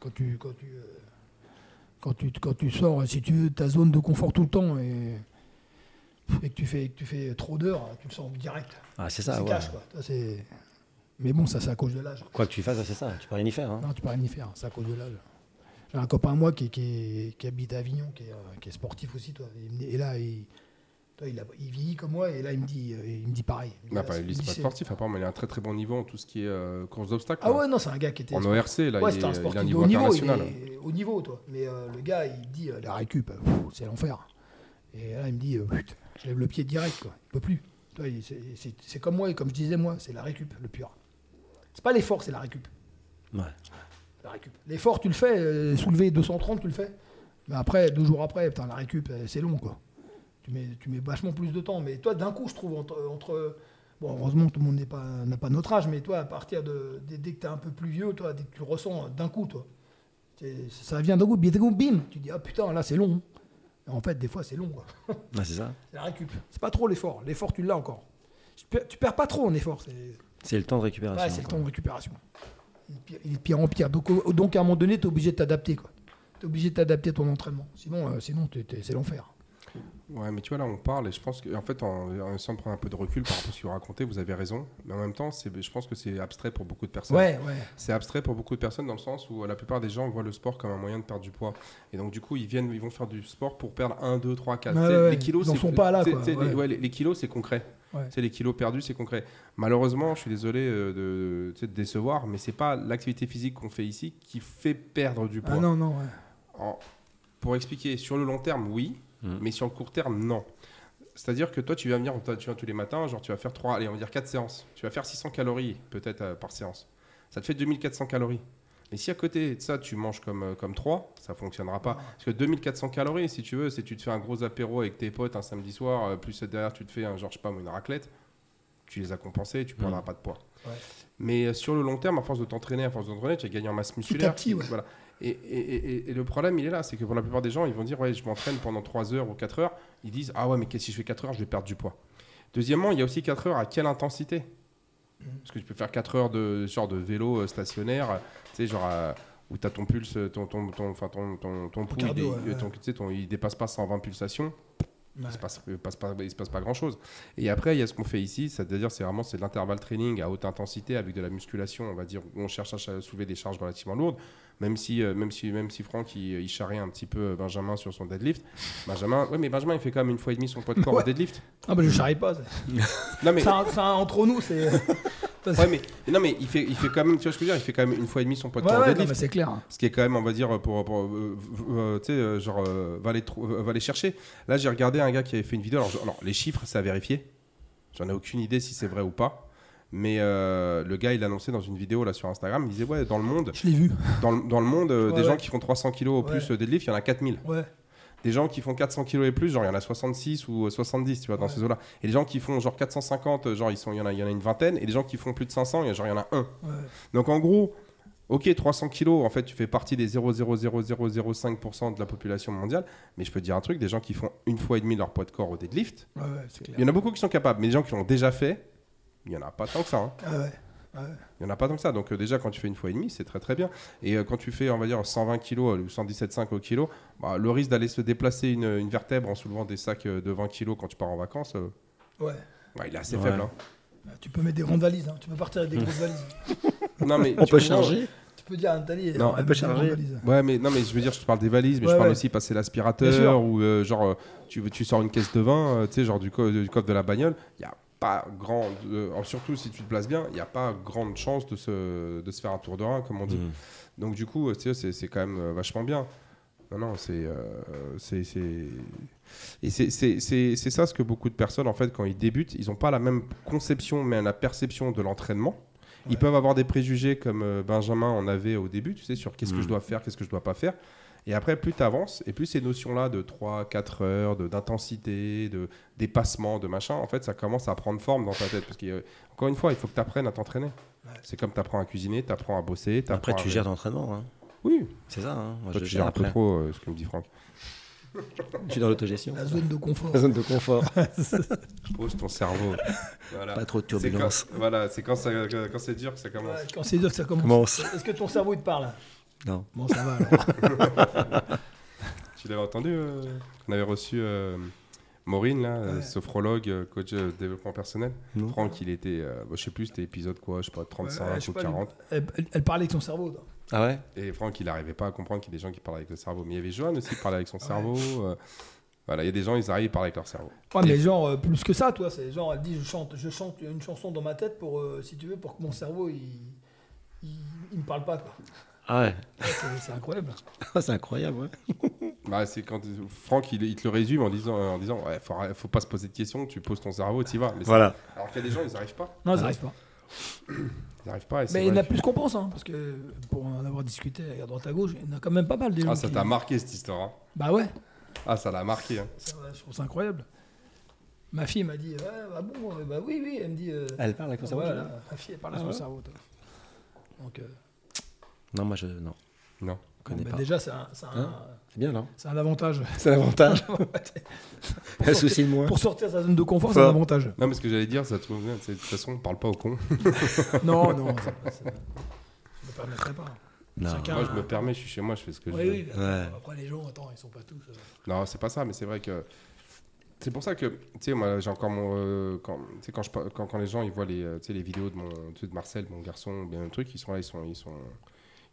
B: Quand tu, quand, tu, euh, quand, tu, quand tu sors, si tu veux, de ta zone de confort tout le temps et, et que, tu fais, que tu fais trop d'heures, tu le sens direct.
D: Ah, c'est
B: c'est
D: ça, ouais.
B: cash, quoi. Ça, c'est- Mais bon, ça, c'est à cause de l'âge.
D: Quoi que tu fasses, c'est ça. Tu peux rien y faire. hein.
B: Non, tu peux rien y faire, c'est à cause de l'âge. J'ai un copain, moi, qui, qui, qui habite à Avignon, qui est, euh, qui est sportif aussi, toi. Il me dit- Et là, il, toi, il, a- il vieillit comme moi, et là, il me dit, euh, il me dit pareil. me dit,
A: Bah,
B: là,
A: pas-
B: c'est-
A: il est pas
B: c'est-
A: sportif, apparemment, il a un très très bon niveau en tout ce qui est euh, course d'obstacles.
B: Ah
A: quoi.
B: ouais, non, c'est un gars qui était.
A: en ORC, là,
B: ouais,
A: il,
B: c'était
A: est,
B: un
A: il a un
B: sportif de
A: niveau
B: haut niveau.
A: international.
B: il est au niveau, toi. Mais euh, le gars, il dit euh, la récup, euh, pff, c'est l'enfer. Et là, il me dit, euh, Putain, je lève le pied direct, quoi. Il peut plus. Toi, il- c'est- C'est c'est comme moi, et comme je disais, moi, c'est la récup, le pur. C'est pas l'effort, c'est la récup.
D: Ouais.
B: La récup. L'effort, tu le fais, euh, soulever 230, tu le fais. Mais après, deux jours après, putain, la récup, euh, c'est long, quoi. Tu mets, tu mets vachement plus de temps. Mais toi, d'un coup, je trouve, entre. entre- bon, heureusement, tout le monde n'est pas- n'a pas, notre âge, mais toi, à partir de. Dès, dès que t'es un peu plus vieux, toi, dès que tu le ressens euh, d'un coup, toi. c'est- Ça vient d'un coup, bim, bim, bim. Tu dis, ah putain, là, c'est long. Et en fait, des fois, c'est long, quoi.
D: Ah, c'est ça.
B: C'est la récup. C'est pas trop l'effort. L'effort, tu l'as encore. Tu perds, tu perds pas trop en effort. c'est-
D: Ah, C'est le temps de récupération.
B: Ouais, c'est le
D: quoi.
B: temps de récupération. Il est pire- Il est pire en pire. Donc, au- donc à un moment donné, tu es obligé de t'adapter. Tu es obligé de t'adapter ton entraînement. Sinon, euh, sinon t'es- t'es- c'est l'enfer.
A: Ouais, mais tu vois, là, on parle, et je pense que, en fait, en, en essayant de prendre un peu de recul par rapport à ce que vous racontez, vous avez raison. Mais en même temps, c'est, je pense que c'est abstrait pour beaucoup de personnes.
B: Ouais, ouais.
A: C'est abstrait pour beaucoup de personnes dans le sens où euh, la plupart des gens voient le sport comme un moyen de perdre du poids. Et donc, du coup, ils viennent, ils vont faire du sport pour perdre 1, 2, 3, 4.
B: Ouais,
A: Tu sais,
B: ouais,
A: les kilos,
B: ils en
A: c'est-
B: sont pas là,
A: tu sais,
B: quoi,
A: tu sais, les-
B: ouais.
A: ouais, les, les kilos, c'est concret.
B: Ouais.
A: Tu sais, les kilos perdus, c'est concret. Malheureusement, je suis désolé euh, de, tu sais, de décevoir, mais c'est pas l'activité physique qu'on fait ici qui fait perdre du poids.
B: Ah non, non, ouais.
A: En- pour expliquer, sur le long terme, oui,
D: Mm.
A: mais sur le court terme, non. C'est-à-dire que toi, tu vas venir, tu viens tous les matins, genre tu vas faire 3, allez, on va dire 4 séances. Tu vas faire 600 calories, peut-être, euh, par séance. Ça te fait 2400 calories. Mais si à côté de ça, tu manges comme, euh, comme 3, ça fonctionnera pas. Parce que 2400 calories, si tu veux, si tu te fais un gros apéro avec tes potes un samedi soir, euh, plus derrière, tu te fais un genre, je sais pas, moi, une raclette, tu les as compensés, tu prendras pas de poids.
B: Ouais.
A: Mais euh, sur le long terme, à force de t'entraîner, à force d'entraîner, tu as gagné en masse musculaire.
B: petit, ouais.
A: voilà. et, et- et- et- et le problème, il est là, c'est que pour la plupart des gens, ils vont dire, ouais, je m'entraîne pendant 3 heures ou 4 heures. Ils disent, ah ouais, mais qu'est-ce que si je fais 4 heures, je vais perdre du poids. Deuxièmement, il y a aussi 4 heures à quelle intensité Parce que tu peux faire 4 heures de genre de vélo euh, stationnaire, euh, tu sais, genre à- où tu as ton pulse, ton, ton, ton, enfin, ton, ton, ton pouls, il, dé-
B: cardio, ouais,
A: euh, ton- tu sais, ton- il dépasse pas 120 pulsations. Il se passe, euh, passe pas, il se passe pas grand chose. Et après, il y a ce qu'on fait ici, c'est-à-dire c'est vraiment c'est de l'intervalle training à haute intensité avec de la musculation, on va dire, où on cherche à cha- soulever des charges relativement lourdes. Même si, euh, même si, même si Franck il, il charrie un petit peu euh, Benjamin sur son deadlift, Benjamin, ouais, mais Benjamin il fait quand même une fois et demi son poids de corps
B: Ouais.
A: au deadlift.
B: Ah, bah je charrie
D: <laughs>
B: pas. ça.
A: Non mais,
B: Ça, ça, entre nous, c'est.
A: ouais, mais, non mais il fait, il fait quand même, tu vois ce que je veux dire, il fait quand même une fois et demi son poids de
B: Ouais,
A: corps au
B: ouais, non,
A: deadlift.
B: mais c'est clair. hein.
A: Ce qui est quand même, on va dire, pour, pour, euh, v- euh, tu sais, euh, genre, euh, va, les trou- euh, va les chercher. Là, j'ai regardé un gars qui avait fait une vidéo. Alors, je- alors, les chiffres, c'est à vérifier. J'en ai aucune idée si c'est vrai ou pas. Mais euh, le gars, il annonçait dans une vidéo là sur Instagram, il disait ouais, dans le monde,
B: Je l'ai vu.
A: dans, le- dans le monde, euh,
B: Ouais,
A: des
B: ouais.
A: gens qui font 300 kilos au
B: Ouais.
A: plus euh, deadlift, il y en a 4000.
B: Ouais.
A: Des gens qui font 400 kilos et plus, genre il y en a 66 ou euh, 70, tu vois, dans
B: Ouais.
A: ces eaux-là. Et les gens qui font genre 450, euh, genre ils sont, il y en a, il y en a une vingtaine. Et les gens qui font plus de 500, il y a- genre il y en a un.
B: ouais.
A: Donc en gros, ok, 300 kilos, en fait, tu fais partie des 0,00005% de la population mondiale, mais je peux te dire un truc, des gens qui font une fois et demie leur poids de corps au deadlift,
B: Ouais, ouais, c'est clair.
A: il y en a beaucoup qui sont capables, mais les gens qui l'ont déjà fait, il n'y en a pas tant que ça. hein.
B: Ah ouais.
A: Il n'y en a pas tant que ça. Donc euh, déjà, quand tu fais une fois et demie, c'est très très bien. Et euh, quand tu fais, on va dire, 120 kilos euh, ou 117,5 au kilo, bah, le risque d'aller se déplacer une, une vertèbre en soulevant des sacs euh, de 20 kilos quand tu pars en vacances, euh,
B: Ouais.
A: bah, il est assez
D: Ouais.
A: faible. hein.
B: Bah, Tu peux mettre des grandes valises, hein. tu peux partir avec des
D: Hmm.
B: grosses valises.
A: Non, mais,
D: On
A: tu
D: peut
A: comprends,
D: charger
B: Tu peux dire à Nathalie.
A: Non,
B: euh,
D: elle peut
B: des
D: charger.
B: grandes valises.
A: Ouais, mais non, mais je veux dire, je te parle des valises, mais
B: Ouais,
A: je parle
B: ouais.
A: aussi passer
B: Bien sûr.
A: l'aspirateur ou euh, genre euh, tu veux- tu sors une caisse de vin, euh, tu sais, genre du, co- du coffre de la bagnole. Il y a pas grand, euh, en- surtout si tu te places bien, il n'y a pas grande chance de se de se faire un tour de rein, comme on dit.
D: Mm.
A: Donc du coup, euh, tu sais, c'est c'est quand même euh, vachement bien. Non, non, c'est euh, c'est c'est- et c'est- c'est c'est- c'est ça ce que beaucoup de personnes en fait quand ils débutent, ils n'ont pas la même conception, mais la perception de l'entraînement. Ils
B: Ouais.
A: peuvent avoir des préjugés comme euh, Benjamin en avait au début, tu sais, sur qu'est-ce que
D: Mm.
A: je dois faire, qu'est-ce que je dois pas faire. Et après, plus tu avances, et plus ces notions-là de 3, 4 heures, de- d'intensité, de dépassement, de machin, en fait, ça commence à prendre forme dans ta tête. Parce qu'encore une fois, il faut que tu apprennes à t'entraîner.
B: Ouais.
A: C'est comme tu apprends à cuisiner, tu apprends à bosser.
D: Après,
A: t'apprends
D: tu
A: à-
D: gères ton entraînement. hein.
A: Oui,
D: C'est ça. hein. Moi,
A: toi,
D: je
A: tu
D: gère
A: gères un peu
D: après.
A: trop euh, ce que me dit Franck.
D: Je suis dans l'autogestion.
B: La zone de confort.
D: La zone de confort.
A: Pose ton cerveau. voilà.
D: <laughs> Pas trop de
A: C'est
D: turbulence.
B: <laughs>
A: quand, voilà, c'est quand, ça- quand c'est dur que ça commence.
B: Ouais, Quand c'est dur que ça commence.
D: Commence.
B: Est-ce que ton cerveau il te parle là
D: Non.
B: Bon, ça va
D: <laughs>
B: alors.
A: Tu l'avais entendu euh, On avait reçu euh, Maureen, là, euh,
B: Ouais.
A: sophrologue, euh, coach de développement personnel.
D: Non.
A: Franck, il était, euh, bah, je sais plus, c'était épisode quoi, je sais pas, 35
B: Ouais, je sais
A: ou
B: pas,
A: 40.
B: Elle, elle- elle parlait avec son cerveau. toi.
D: Ah ouais
A: Et Franck, il n'arrivait pas à comprendre qu'il y a des gens qui parlent avec le cerveau. Mais il y avait Johan aussi qui parlait avec son cerveau. euh, voilà, il y a des gens, ils arrivent, ils parlent avec leur cerveau.
B: Ouais, mais genre, euh, plus que ça, toi, c'est genre, elle dit je chante, je chante une chanson dans ma tête pour, euh, si tu veux, pour que mon cerveau il, il, il me parle pas. quoi.
D: Ah ouais. <laughs>
B: C'est c'est incroyable.
D: c'est incroyable, ouais.
A: Bah, c'est quand Franck, il, il te le résume en disant, en disant ouais, faut, faut pas se poser de questions, tu poses ton cerveau, tu y vas. Mais ça-
D: Voilà.
A: Alors qu'il y a des gens, ils n'arrivent pas.
B: Non, ça arrive pas.
A: Ils n'arrivent pas. et c'est
B: Mais il y en
A: vrai
B: a plus qu'on pense, hein, parce que pour en avoir discuté à droite à gauche, il y en a quand même pas mal des
A: que-
B: gens.
A: Ah, ça
B: qui-
A: t'a marqué cette histoire. hein.
B: Bah ouais,
A: Ah, ça l'a marqué. hein.
B: ça, ouais, je trouve ça incroyable. Ma fille m'a dit, ouais, bah bon, euh, bah oui, oui, elle me dit. euh,
D: Elle parle avec son cerveau,
B: voilà,
D: là
B: Ma fille, elle parle à
D: Ah
B: son
D: ouais.
B: cerveau. toi. Donc, euh,
D: Non, moi, je. Non.
A: Non.
D: Je connais
B: bah,
D: pas.
B: déjà, c'est un, c'est un-
D: Hein C'est bien, non
B: c'est un avantage. <laughs>
D: C'est l'avantage.
B: Pour
D: Un
B: sortir-
D: souci de moins.
B: Pour sortir de sa zone de confort, c'est un
D: Fort.
B: avantage.
A: Non, mais ce que j'allais dire, ça te trouve bien. c'est- De toute façon, on parle pas aux cons.
B: Non, <laughs> non, ça, ça- je me permettrai pas.
D: Non.
B: Chacun-
A: Moi, je me permets, je suis chez moi, je fais ce que je
B: Oui,
A: veux.
B: oui,
D: Ouais.
B: attends, après les gens, attends, ils sont pas tous. euh,
A: Non, c'est pas ça, mais c'est vrai que. C'est pour ça que, tu sais, moi, j'ai encore mon. euh, quand, tu sais, quand, je par- quand, quand les gens, ils voient les, euh, tu sais, les vidéos de, mon, tu sais, de Marcel, mon garçon, ou bien le truc, ils sont là, ils sont, ils sont,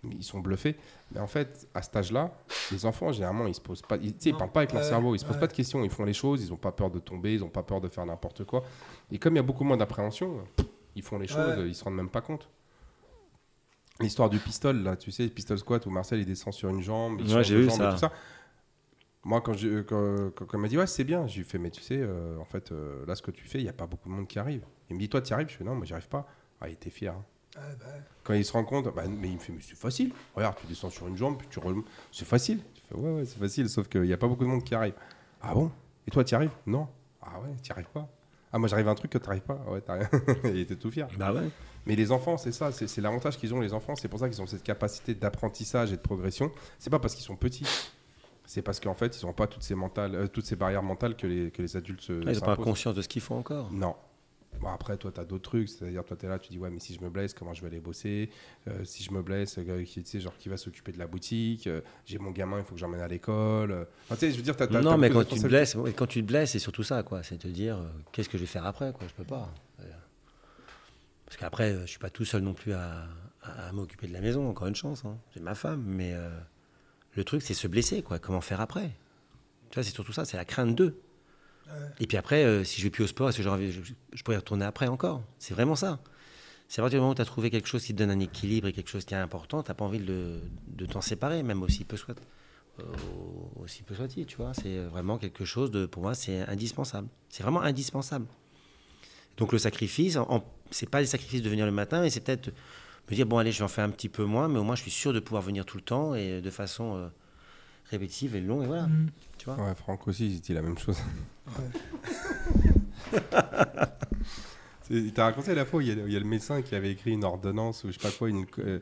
A: ils sont bluffés. Mais en fait, à cet âge-là, les enfants, généralement, ils se posent pas. Ils, tu sais, ils
B: Non.
A: parlent pas avec leur
B: Ouais,
A: cerveau, ils se posent
B: ouais.
A: pas de questions, ils font les choses, ils ont pas peur de tomber, ils ont pas peur de faire n'importe quoi. Et comme il y a beaucoup moins d'appréhension, ils font les choses,
B: Ouais.
A: ils se rendent même pas compte. L'histoire du pistol, là, tu sais, le pistol squat où Marcel il descend sur une jambe, il
D: Ouais,
A: change
D: j'ai
A: de
D: vu
A: jambe et
D: ça.
A: tout ça. Moi, quand, je, quand, quand- quand il m'a dit, ouais, c'est bien, j'ai fait, mais tu sais, euh, en fait, euh, là, ce que tu fais, il n'y a pas beaucoup de monde qui arrive. Il me dit, toi, tu arrives Je fais, non, moi, j'y arrive pas. Ah, il était fier. hein. Quand il se rend compte, bah, mais il me fait, mais c'est facile. Regarde, tu descends sur une jambe, puis tu remontes. C'est facile. Tu fais, ouais, ouais, c'est facile, sauf qu'il n'y a pas beaucoup de monde qui arrive. Ah bon Et toi, tu y arrives Non. Ah ouais, tu arrives pas. Ah, moi, j'arrive à un truc que tu n'arrives pas. Ah Ouais, t'as rien. <laughs> il était tout fier.
D: Bah ouais.
A: Mais les enfants, c'est ça, c'est c'est l'avantage qu'ils ont, les enfants. C'est pour ça qu'ils ont cette capacité d'apprentissage et de progression. C'est pas parce qu'ils sont petits. C'est parce qu'en fait, ils n'ont pas toutes ces, mentales, euh, toutes ces barrières mentales que les, que les adultes se.
D: Ah, Ils n'ont pas
A: s'imposent.
D: conscience de ce qu'ils font encore.
A: Non. Bon, après, toi, tu as d'autres trucs. C'est-à-dire, toi, tu es là, tu dis, ouais, mais si je me blesse, comment je vais aller bosser Euh, Si je me blesse, euh, qui, tu sais, genre, qui va s'occuper de la boutique Euh, J'ai mon gamin, il faut que j'emmène à l'école. Euh, enfin, tu sais, je veux dire, t'as- t'as- t'as
D: non, mais
A: plus de
D: quand tu, te
A: responsabilités.
D: blesses, ouais, quand tu te blesses, c'est surtout ça, quoi. C'est te dire, euh, qu'est-ce que je vais faire après, quoi. Je peux pas. Euh, Parce qu'après, euh, je suis pas tout seul non plus à, à- à m'occuper de la maison, encore une chance. hein. J'ai ma femme, mais euh, le truc, c'est se blesser, quoi. Comment faire après Tu vois, c'est surtout ça, c'est la crainte d'eux. Et puis après, euh, si je vais plus au sport, est-ce que j'ai envie- je, je pourrais y retourner après encore C'est vraiment ça. C'est à partir du moment où tu as trouvé quelque chose qui te donne un équilibre et quelque chose qui est important, tu pas envie de, de t'en séparer, même aussi peu soit euh, aussi peu soit-il, tu vois. C'est vraiment quelque chose de, pour moi, c'est indispensable. C'est vraiment indispensable. Donc le sacrifice, en- en- c'est pas le sacrifice de venir le matin, mais c'est peut-être me dire bon allez, je vais en faire un petit peu moins, mais au moins je suis sûr de pouvoir venir tout le temps et de façon euh, répétitive et longue et voilà.
B: Mm.
D: Tu vois.
A: Ouais, Franck aussi, il dit la même chose. C'est- <laughs> Il t'a raconté la fois où il y, a, il y a le médecin qui avait écrit une ordonnance ou je sais pas quoi une, euh,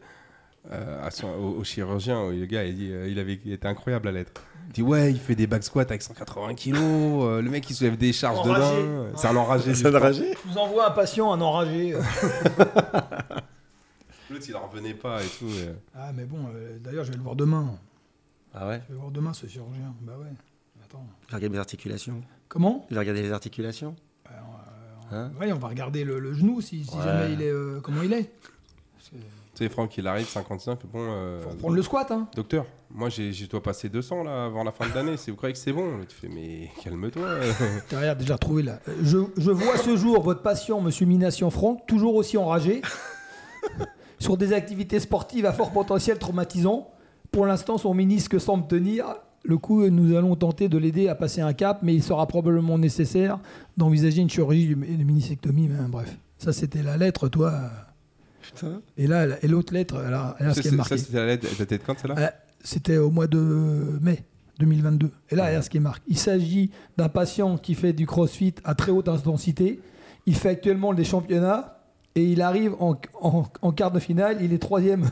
A: euh, à son- au, au chirurgien. où le gars, il, dit, euh, il avait il était incroyable la lettre. Il dit ouais, il fait des back squats avec 180 kilos. euh, le mec, il soulève des charges de
B: Enragé.
A: dingue. C'est un enragé. du sport.
B: Je vous envoie un patient, un enragé. euh.
A: L'autre, il en revenait pas et tout. et-
B: ah, mais bon, euh, d'ailleurs, je vais le voir demain.
D: Ah ouais.
B: Je vais le voir demain, ce chirurgien. Bah ouais. Attends.
D: Il a regardé mes articulations.
B: Comment
D: Il a regardé les articulations. Hein
B: Ouais, on va regarder le, le genou si, si
D: Ouais.
B: jamais il est. euh, comment il est
A: Tu sais, Franck, il arrive 55. Bon, euh,
B: Faut reprendre le squat, hein.
A: Docteur, moi j'ai- je dois passer 200 là avant la fin de l'année. Si vous croyez que c'est bon, tu fais mais calme-toi. euh.
B: Derrière, déjà retrouvé là. Euh, Je, je vois ce jour votre patient, monsieur Mination Franck, toujours aussi enragé, <laughs> sur des activités sportives à fort potentiel traumatisant. Pour l'instant, son menisque semble tenir. Le coup, euh, nous allons tenter de l'aider à passer un cap, mais il sera probablement nécessaire d'envisager une chirurgie du- de minisectomie. Mais, hein, bref, ça c'était la lettre, toi.
D: Putain.
B: Et là, elle- et l'autre lettre, elle a, elle a ce
A: Ça,
B: qui est
A: c'est-
B: marqué.
A: ça, c'était la lettre la tête quand celle-là
B: Ah, C'était au mois de mai 2022. Et là, regarde ce qui marque. Il s'agit d'un patient qui fait du crossfit à très haute intensité. Il fait actuellement des championnats et il arrive en, en- en quart de finale. Il est troisième. <laughs>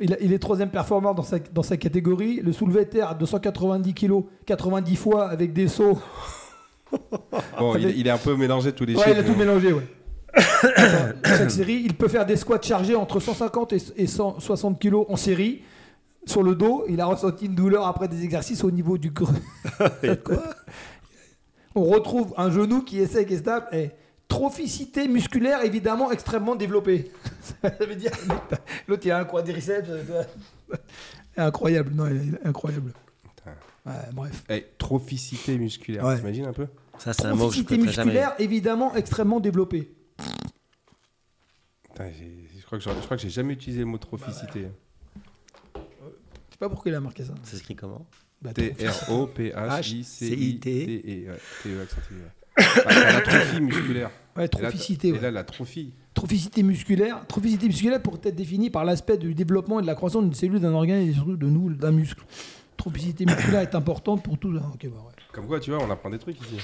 B: Il, a- il est troisième performeur dans sa, dans sa catégorie. Le soulevé de terre à 290 kg, 90 fois avec des sauts.
A: Bon,
B: Ça
A: il,
B: fait-
A: il est un peu mélangé tous les
B: Ouais, il
A: chiffres.
B: a tout
A: mais-
B: mélangé, ouais. Dans Chaque série, il peut faire des squats chargés entre 150 et et 160 kg en série. Sur le dos, il a ressenti une douleur après des exercices au niveau du creux. <laughs> On retrouve un genou qui est sec et stable. Et trophicité musculaire évidemment extrêmement développée. <laughs> Ça veut dire l'autre il a un quadriceps. euh, toi. <laughs> incroyable, non, il est incroyable.
A: Putain.
B: Ouais, bref.
A: Eh, trophicité musculaire,
B: Ouais.
A: t'imagines un peu
D: Ça c'est un mot que je
B: Trophicité
D: connais jamais.
B: musculaire évidemment extrêmement développée.
A: Putain, j'ai- je crois que j'aurais- je crois que j'ai jamais utilisé le mot trophicité.
B: Bah, Je sais pas pourquoi il a marqué ça.
D: Ça s'écrit comment
B: Bah, trop.
A: T-R-O-P-H-I-C-I-T-E. E, ouais,
B: E.
A: T-E accent aigu, ouais. Enfin, t'as la trophie musculaire. Et
B: Ouais,
A: là, t'as-
B: trophicité. ouais.
A: Et là, la trophie.
B: Trophicité musculaire. Trophicité musculaire pourrait être définie par l'aspect du développement et de la croissance d'une cellule, d'un organe et surtout de nous, d'un muscle. Trophicité <coughs> musculaire est importante pour tout. ah, ok, bah ouais.
A: Comme quoi, tu vois, on apprend des trucs ici.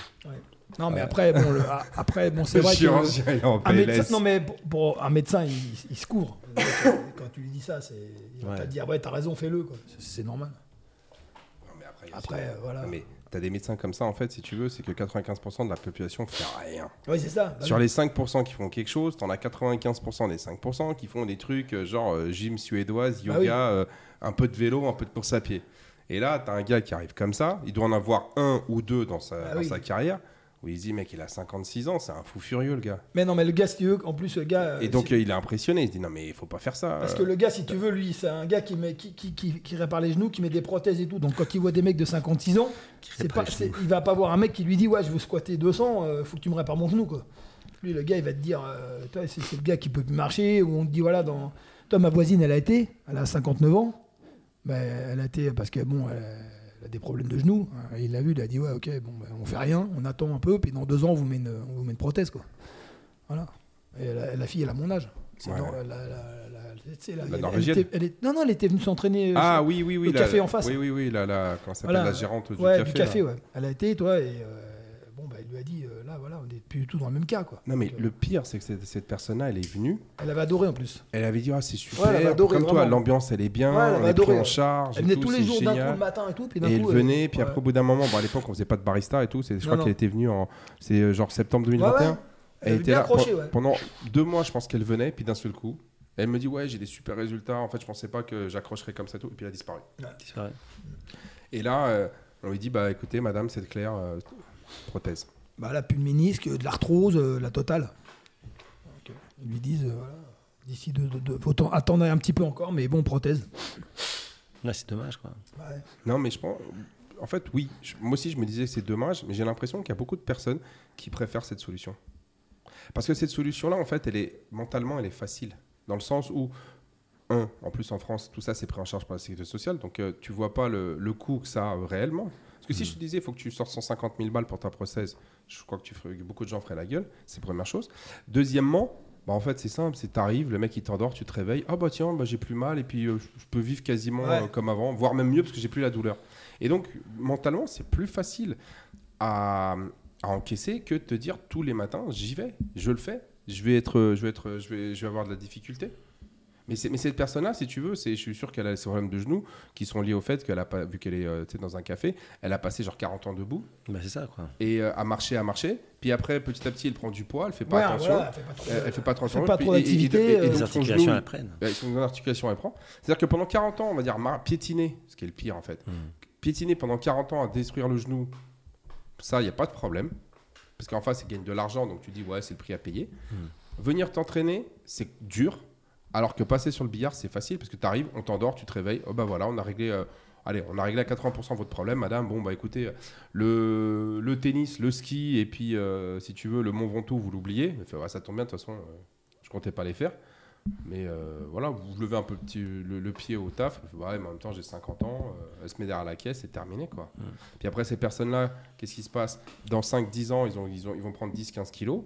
B: Non, mais après, bon, le- a- après, bon, c'est
A: Le
B: vrai que
A: chirurgien, il est en
B: un médecin,
A: PLS.
B: non mais pour, pour un médecin, il, il se court. <coughs> Quand tu lui dis ça, c'est, il va
D: Ouais.
B: pas te dire ouais, t'as raison, fais-le, quoi. C'est, c'est normal.
A: Non, mais après, il y a aussi-
B: Après, euh, voilà.
A: Non, mais t'as des médecins comme ça, en fait, si tu veux, c'est que 95% de la population fait rien.
B: Ouais, c'est ça. Bah,
A: Sur
B: oui.
A: les 5% qui font quelque chose, t'en as 95% des 5% qui font des trucs euh, genre euh, gym suédoise,
B: Bah
A: yoga,
B: oui.
A: euh, un peu de vélo, un peu de course à pied. Et là, t'as un gars qui arrive comme ça, il doit en avoir un ou deux dans sa,
B: Bah
A: dans
B: oui.
A: sa carrière, où il se dit, mec, il a 56 ans, c'est un fou furieux le gars.
B: Mais non, mais le gars, si tu veux, en plus, le gars.
A: Et
B: euh,
A: donc,
B: c'est-
A: euh, il est impressionné, il se dit, non, mais il faut pas faire ça.
B: Parce que le gars, si tu veux, lui, c'est un gars qui, met, qui, qui, qui, qui répare les genoux, qui met des prothèses et tout. Donc quand il voit des mecs de 56 ans, c'est
D: répare
B: pas,
D: les
B: c'est-
D: genoux.
B: il va pas voir un mec qui lui dit Ouais, je veux squatter 200, euh, faut que tu me répares mon genou. Quoi. Lui, le gars, il va te dire euh, Toi, c'est c'est le gars qui peut plus marcher. Ou on te dit Voilà, dans... toi, ma voisine, elle a été, elle a 59 ans. Mais elle a été, parce que bon, elle a- elle a des problèmes de genoux. hein. Il l'a vu, il a dit Ouais, ok, bon, ben, on fait rien, on attend un peu, puis dans deux ans, on vous met une, on vous met une prothèse. Quoi. Voilà. Et la, la fille, elle a mon âge.
A: Euh,
B: C'est
A: Ouais.
B: dans la- la- la- la- c'est la-
A: La
B: elle- elle
A: Norvégienne.
B: était- elle est- Non, non, elle était venue s'entraîner. euh,
A: Ah
B: sur-
A: oui, oui, oui.
B: le
A: la-
B: café en face.
A: Oui, oui, oui. La, la, comment ça s'appelle
B: Voilà.
A: la gérante du
B: ouais,
A: café.
B: du café,
A: là.
B: ouais. Elle a été, toi, et euh, bon, bah, il lui a dit, euh, là, voilà, on n'est plus du tout dans le même cas, quoi.
A: Non, mais
B: Donc, euh,
A: le pire, c'est que cette, cette personne-là, elle est venue.
B: Elle avait adoré en plus.
A: Elle avait dit Ah, c'est super.
B: Ouais, elle avait adoré,
A: comme toi,
B: vraiment.
A: l'ambiance, elle est bien.
B: Ouais, elle
A: on
B: avait
A: est
B: adoré,
A: pris en
B: ouais.
A: charge. et
B: Elle venait
A: tout,
B: tous les
A: c'est
B: jours d'un coup
A: génial.
B: le matin et tout, puis d'un
A: Et
B: coup.
A: elle
B: euh,
A: venait, puis
B: ouais.
A: après, au bout d'un moment, bon, à l'époque, on faisait pas de barista et tout. c'est- Je
B: Non,
A: crois qu'elle
B: non.
A: était venue en. C'est euh, genre septembre
B: Ouais, ouais.
A: 2021.
B: Elle
A: Elle
B: avait
A: était
B: bien
A: là
B: accroché,
A: pen-
B: ouais.
A: pendant deux mois, je pense qu'elle venait, puis d'un seul coup, elle me dit Ouais, j'ai des super résultats. En fait, je pensais pas que j'accrocherais comme ça, et tout. Et puis elle a disparu.
D: C'est vrai.
A: Et là, euh, on lui dit Bah écoutez, madame, c'est Claire, euh, prothèse.
B: Bah, elle a plus de ménisque, de l'arthrose, euh, la totale. Donc, euh, ils lui disent, euh, voilà, d'ici deux, deux- deux- faut t'en- attendre un petit peu encore, mais bon, prothèse. Bah,
D: Là, c'est dommage, quoi.
B: Ouais.
A: Non, mais je pense. En fait, oui. Je- moi aussi, je me disais que c'est dommage, mais j'ai l'impression qu'il y a beaucoup de personnes qui préfèrent cette solution. Parce que cette solution-là, en fait, elle est mentalement, elle est facile. Dans le sens où, un, en plus en France, tout ça, c'est pris en charge par la sécurité sociale. Donc, euh, tu vois pas le, le coût que ça a euh, réellement. Parce que si je te disais, il faut que tu sortes 150 000 balles pour ta prothèse, je crois que tu ferais- que beaucoup de gens feraient la gueule. C'est la première chose. Deuxièmement, bah, en fait, c'est simple, c'est t'arrives, le mec il t'endort, tu te réveilles, ah bah tiens, bah, j'ai plus mal et puis euh, je- je peux vivre quasiment
B: Ouais.
A: euh, comme avant, voire même mieux parce que j'ai plus la douleur. Et donc, mentalement, c'est plus facile à, à encaisser que de te dire tous les matins, j'y vais, je le fais, je vais, être, je, vais être, je, vais, je vais avoir de la difficulté. Mais, c'est- mais cette personne-là, si tu veux, c'est- je suis sûr qu'elle a ces problèmes de genoux qui sont liés au fait qu'elle a pas, vu qu'elle est euh, tu sais, dans un café, elle a passé genre 40 ans debout
D: Bah, c'est ça, quoi.
A: et euh, à marcher, à marcher. Puis après, petit à petit, elle prend du poids, elle fait pas
B: Ouais,
A: attention. Euh,
B: voilà, elle fait pas trop
A: Elle,
B: de-
A: elle fait pas trop
B: fait
A: attention.
B: pas
A: Puis-
B: trop
A: et- et- et-
B: d'activité,
A: et
B: euh,
A: donc
D: Les
A: son
D: articulations,
A: genou,
D: elles prennent.
A: euh, son articulation, elle prend. C'est-à-dire que pendant 40 ans, on va dire mar- piétiner, ce qui est le pire en fait.
D: Mm.
A: Piétiner pendant 40 ans à détruire le genou, ça, il n'y a pas de problème. Parce qu'en face, ils gagnent de l'argent, donc tu dis, ouais, c'est le prix à payer. Venir t'entraîner, c'est dur. Alors que passer sur le billard, c'est facile parce que tu arrives, on t'endort, tu te réveilles. Oh bah voilà, on a réglé. euh, allez, on a réglé à 80% votre problème, madame. Bon bah écoutez, le, le tennis, le ski et puis euh, si tu veux le Mont Ventoux, vous l'oubliez. Elle fait, Ouais, ça tombe bien de toute façon. euh, je comptais pas les faire. Mais euh, voilà, vous levez un peu le, petit- le- le pied au taf. Elle fait, Ouais, mais en même temps, j'ai 50 ans. euh, elle se met derrière la caisse, c'est terminé quoi. Puis après, ces personnes-là, qu'est-ce qui se passe Dans 5-10 ans, ils, ont, ils, ont, ils vont prendre 10-15 kilos.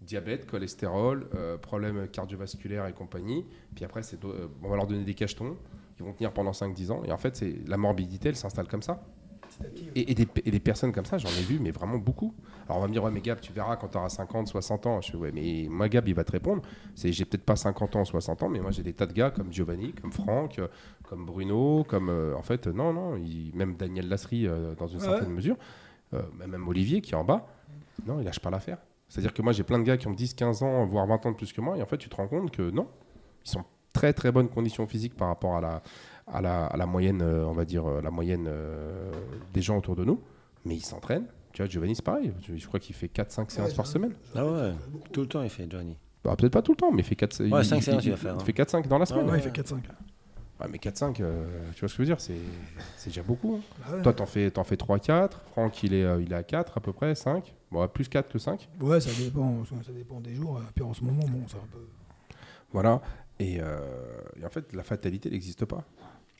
A: Diabète, cholestérol, euh, problèmes cardiovasculaires et compagnie. Puis après, c'est do- euh, on va leur donner des cachetons. Ils vont tenir pendant 5-10 ans. Et en fait, c'est la morbidité, elle s'installe comme ça. Et, et des, pe- et des personnes comme ça, j'en ai vu, mais vraiment beaucoup. Alors on va me dire, ouais, mais Gab, tu verras quand tu auras 50, 60 ans. Je fais, ouais, mais moi, Gab, il va te répondre. C'est, j'ai peut-être pas 50 ans, 60 ans, mais moi, j'ai des tas de gars comme Giovanni, comme Franck, euh, comme Bruno, comme. euh, en fait, euh, non, non, il- même Daniel Lasserie, euh, dans une
B: Ouais.
A: certaine mesure, euh, même Olivier qui est en bas, non, il lâche pas l'affaire. C'est-à-dire que moi, j'ai plein de gars qui ont 10, 15 ans, voire 20 ans de plus que moi, et en fait, tu te rends compte que non, ils sont très, très bonnes conditions physiques par rapport à la, à la, à la moyenne, euh, on va dire, euh, la moyenne euh, des gens autour de nous, mais ils s'entraînent. Tu vois, Giovanni, c'est pareil. Je, je crois qu'il fait 4-5 séances par semaine.
D: Ah ouais, tout le temps, il fait, Johnny. Ah,
A: Bah, Peut-être pas tout le temps, mais il fait 4
D: Ouais, cinq séances, il va faire, hein.
A: fait 4-5 dans la semaine.
B: Ah Ouais,
A: Ouais,
B: il fait 4-5.
A: mais 4-5, euh, tu vois ce que je veux dire C'est c'est déjà beaucoup. hein.
B: Bah ouais.
A: Toi, t'en fais, t'en fais 3-4. Franck, il est, euh, il est à 4 à peu près, 5. Bon, à plus 4 que 5.
B: Ouais, ça dépend, ça dépend des jours. Puis en ce moment, bon, c'est un peu.
A: Voilà. Et, euh, et en fait, la fatalité n'existe pas.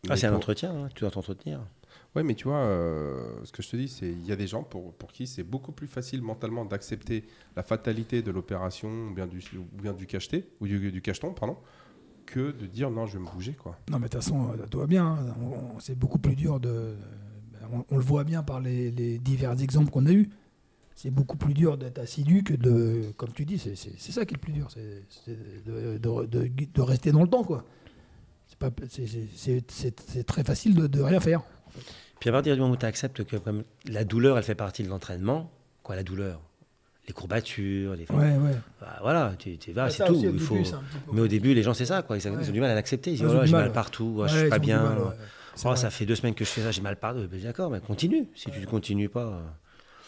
D: Ah, c'est un
A: autre
D: entretien, hein, tu dois t'entretenir.
A: Ouais, mais tu vois, euh, ce que je te dis, c'est il y a des gens pour, pour qui c'est beaucoup plus facile mentalement d'accepter la fatalité de l'opération ou bien du, ou bien du cacheté, ou du, du cacheton, pardon, que de dire non, je vais me bouger, quoi.
B: Non, mais de toute façon, euh, tout va bien. hein. On- on- C'est beaucoup plus dur de. euh, On, on le voit bien par les, les divers exemples qu'on a eus. C'est beaucoup plus dur d'être assidu que de. Comme tu dis, c'est c'est- c'est ça qui est le plus dur. C'est c'est de, de- de- de rester dans le temps, quoi. C'est pas- c'est- c'est- C'est c'est- c'est très facile de, de rien faire.
D: Puis à partir du moment où tu acceptes que comme la douleur, elle fait partie de l'entraînement, quoi, la douleur Les courbatures, les.
B: Ouais, ouais.
D: Bah, voilà, tu, tu vas, c'est
B: Ça
D: tout.
B: aussi, au
D: il
B: début,
D: faut...
B: c'est un petit peu-
D: Mais au début, les gens, c'est ça, quoi. Ils, ils ont
B: Ouais. Ah,
D: du mal à l'accepter. Ils disent,
B: Ils ont
D: oh,
B: du
D: j'ai
B: mal,
D: mal
B: ouais.
D: partout, oh,
B: Ouais,
D: je suis
B: ils
D: pas
B: ont du
D: bien.
B: mal, ouais. C'est
D: Oh,
B: vrai.
D: ça fait deux semaines que je fais ça, j'ai mal partout. Ben, D'accord, mais continue. Si tu ne continues pas. euh.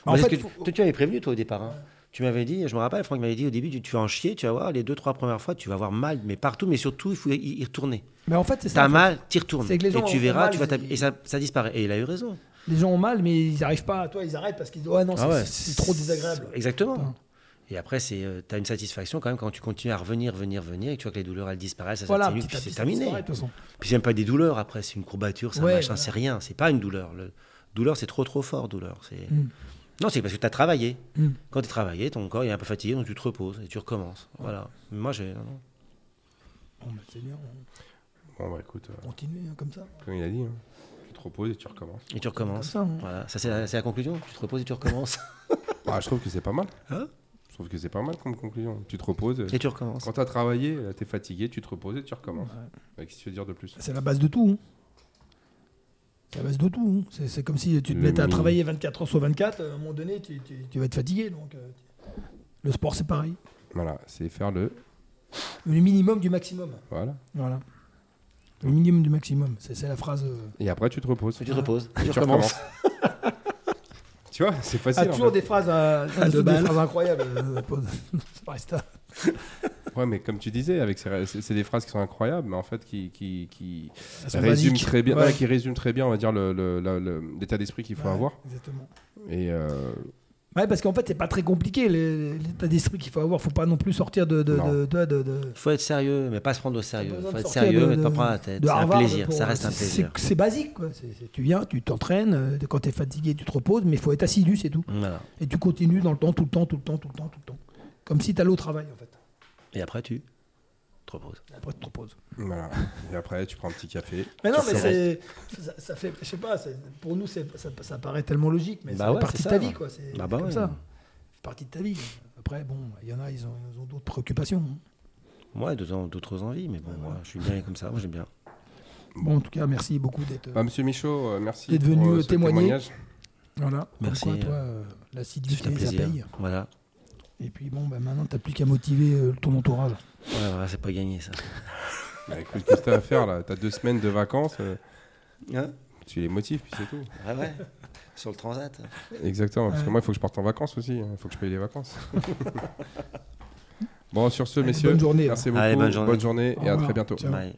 B: En
D: Parce
B: fait,
D: que
B: faut-
D: toi, tu avais prévenu, toi, au départ. hein. Tu m'avais dit, je me rappelle, Franck m'avait dit au début, tu, tu vas en chier, tu vas voir, les deux, trois premières fois, tu vas avoir mal, mais partout, mais surtout, il faut y, y retourner.
B: Mais en fait, c'est ça.
D: T'as mal, t'y retournes.
B: C'est que les gens
D: et tu
B: ont
D: verras,
B: mal,
D: tu vas
B: ils-
D: t'hab- et ça, ça disparaît. Et il a eu raison.
B: Les gens ont mal, mais ils n'arrivent pas. Toi, ils arrêtent parce qu'ils disent Ah Ouais,
D: Ah
B: non, c'est c'est trop désagréable. Hein.
D: Exactement. Et après, c'est, euh, t'as une satisfaction quand même quand tu continues à revenir, venir, venir, et que tu vois que les douleurs, elles disparaissent, elles
B: Voilà,
D: atténuent,
B: petit
D: puis
B: à
D: c'est
B: petit, ça
D: terminé.
B: disparaît, de toute façon.
D: Puis c'est même pas des douleurs après, c'est une courbature, c'est un
B: Ouais,
D: machin,
B: voilà.
D: c'est rien, c'est pas une douleur. Le... Douleur, c'est trop trop fort, douleur. C'est...
B: Mm.
D: Non, c'est parce que tu as travaillé.
B: Mm.
D: Quand tu as travaillé, ton corps il est un peu fatigué, donc tu te reposes et tu recommences. Voilà. Moi, j'ai. non, non.
B: Bon, bah, c'est bien,
A: Bon, bah écoute, euh,
B: on continue hein, comme ça.
A: comme il a dit, hein, tu te reposes et tu recommences.
D: Et tu recommences.
B: Comme ça, hein.
D: Voilà, ça c'est la, c'est la conclusion. Tu te reposes et tu recommences.
B: <laughs>
A: Ah, je trouve que c'est pas mal.
D: Hein
A: je trouve que c'est pas mal comme conclusion. Tu te reposes. euh,
D: et tu recommences.
A: Quand t'as travaillé, euh, t'es fatigué, tu te reposes et tu recommences.
B: Ouais.
A: Bah, Qu'est-ce que tu veux dire de plus
B: C'est la base de tout. hein. C'est la base de tout. hein. C'est, c'est comme si tu te
A: Le
B: mettais à
A: minimum.
B: travailler 24 heures sur 24. euh, À un moment donné, tu, tu- tu vas être fatigué. Donc, euh, tu- le sport, c'est pareil.
A: Voilà, c'est faire le.
B: Le minimum du maximum.
A: Voilà.
B: Voilà. Le minimum du maximum. C'est, c'est la phrase. euh,
A: Et après, tu te reposes.
D: Et tu te reposes. Et
A: Et
D: tu recommences.
A: <laughs> tu vois, c'est
B: Ah,
A: facile. en
B: toujours
A: fait.
B: des phrases,
A: <laughs>
B: euh, toujours des
D: balles.
B: phrases incroyables. euh, <laughs> Paul. C'est pareil, c'est ça.
A: Ouais, mais comme tu disais, avec ces- c'est c'est des phrases qui sont incroyables, mais en fait qui, qui, qui
B: Elles sont
A: résument
B: basiques.
A: très bien,
B: Ouais.
A: ouais, qui résument très bien, on va dire le- le- le- le- l'état d'esprit qu'il faut
B: Ouais,
A: avoir.
B: Exactement.
A: Et euh,
B: Ouais, parce qu'en fait, c'est pas très compliqué les- l'état d'esprit qu'il faut avoir. Faut pas non plus sortir de. de,
A: Non.
B: de, de- de- de-
D: Il faut être sérieux, mais pas se prendre au sérieux.
B: Pas
D: Il faut
B: besoin de
D: être
B: sortir
D: sérieux,
B: de-
D: mais
B: de-
D: pas prendre la tête.
B: de
D: C'est un
B: Harvard
D: plaisir.
B: pour-
D: Ça reste un
B: c'est-
D: plaisir.
B: C'est c'est basique, quoi. C'est- c'est- tu viens, tu t'entraînes. euh, Quand t'es fatigué, tu te reposes, mais il faut être assidu, c'est tout.
D: Voilà.
B: Et tu continues dans le temps, tout le temps, tout le temps, tout le temps, tout le temps. Comme si t'allais au travail, en fait.
D: Et après, tu te reposes.
B: Après, tu te reposes.
A: voilà. Et après, tu prends un petit café.
B: Mais non,
D: Tu
B: mais
D: ferais.
B: c'est. Ça, ça fait. Je sais pas, c'est- pour nous, c'est- ça, ça paraît tellement logique, mais
D: Bah
B: c'est
D: ouais,
B: partie
D: c'est
B: de
D: ça.
B: ta vie, quoi. C'est
D: Bah
B: c'est
D: bah
B: comme
D: ouais.
B: ça. C'est partie de ta vie. Après, bon, il y en a, ils ont, ils ont d'autres préoccupations. hein.
D: Moi, d'autres d'autres envies, mais bon, moi, je suis bien comme ça. Moi, j'aime bien.
B: Bon, en tout cas, merci beaucoup d'être.
A: Bah, Monsieur Michaud, euh, merci
B: T'es devenu,
A: pour euh,
B: euh,
A: ce
B: témoigner.
A: témoignage.
B: Voilà.
D: Merci,
B: Comme quoi, toi,
D: euh,
B: euh,
D: C'est un
B: l'assiduité, ça
D: plaisir.
B: paye.
D: Voilà.
B: Et puis bon, bah, maintenant, t'as plus qu'à motiver euh, ton entourage.
D: Ouais, voilà, c'est pas gagné, ça.
A: Bah, écoute, qu'est-ce que t'as à faire là T'as deux semaines de vacances, euh,
D: Hein
A: tu les motives, puis c'est tout.
D: ouais, ouais. Sur le transat.
A: Exactement, parce que
B: Ouais.
A: moi, il faut que je parte en vacances aussi. hein. Il faut que je paye les
B: <laughs>
A: vacances. bon, sur ce,
B: Allez,
A: messieurs,
B: bonne journée,
A: merci beaucoup.
D: Allez, bonne journée.
A: bonne journée
B: hein. Au
A: et à
B: revoir.
A: très bientôt.
B: Ciao.
D: Bye.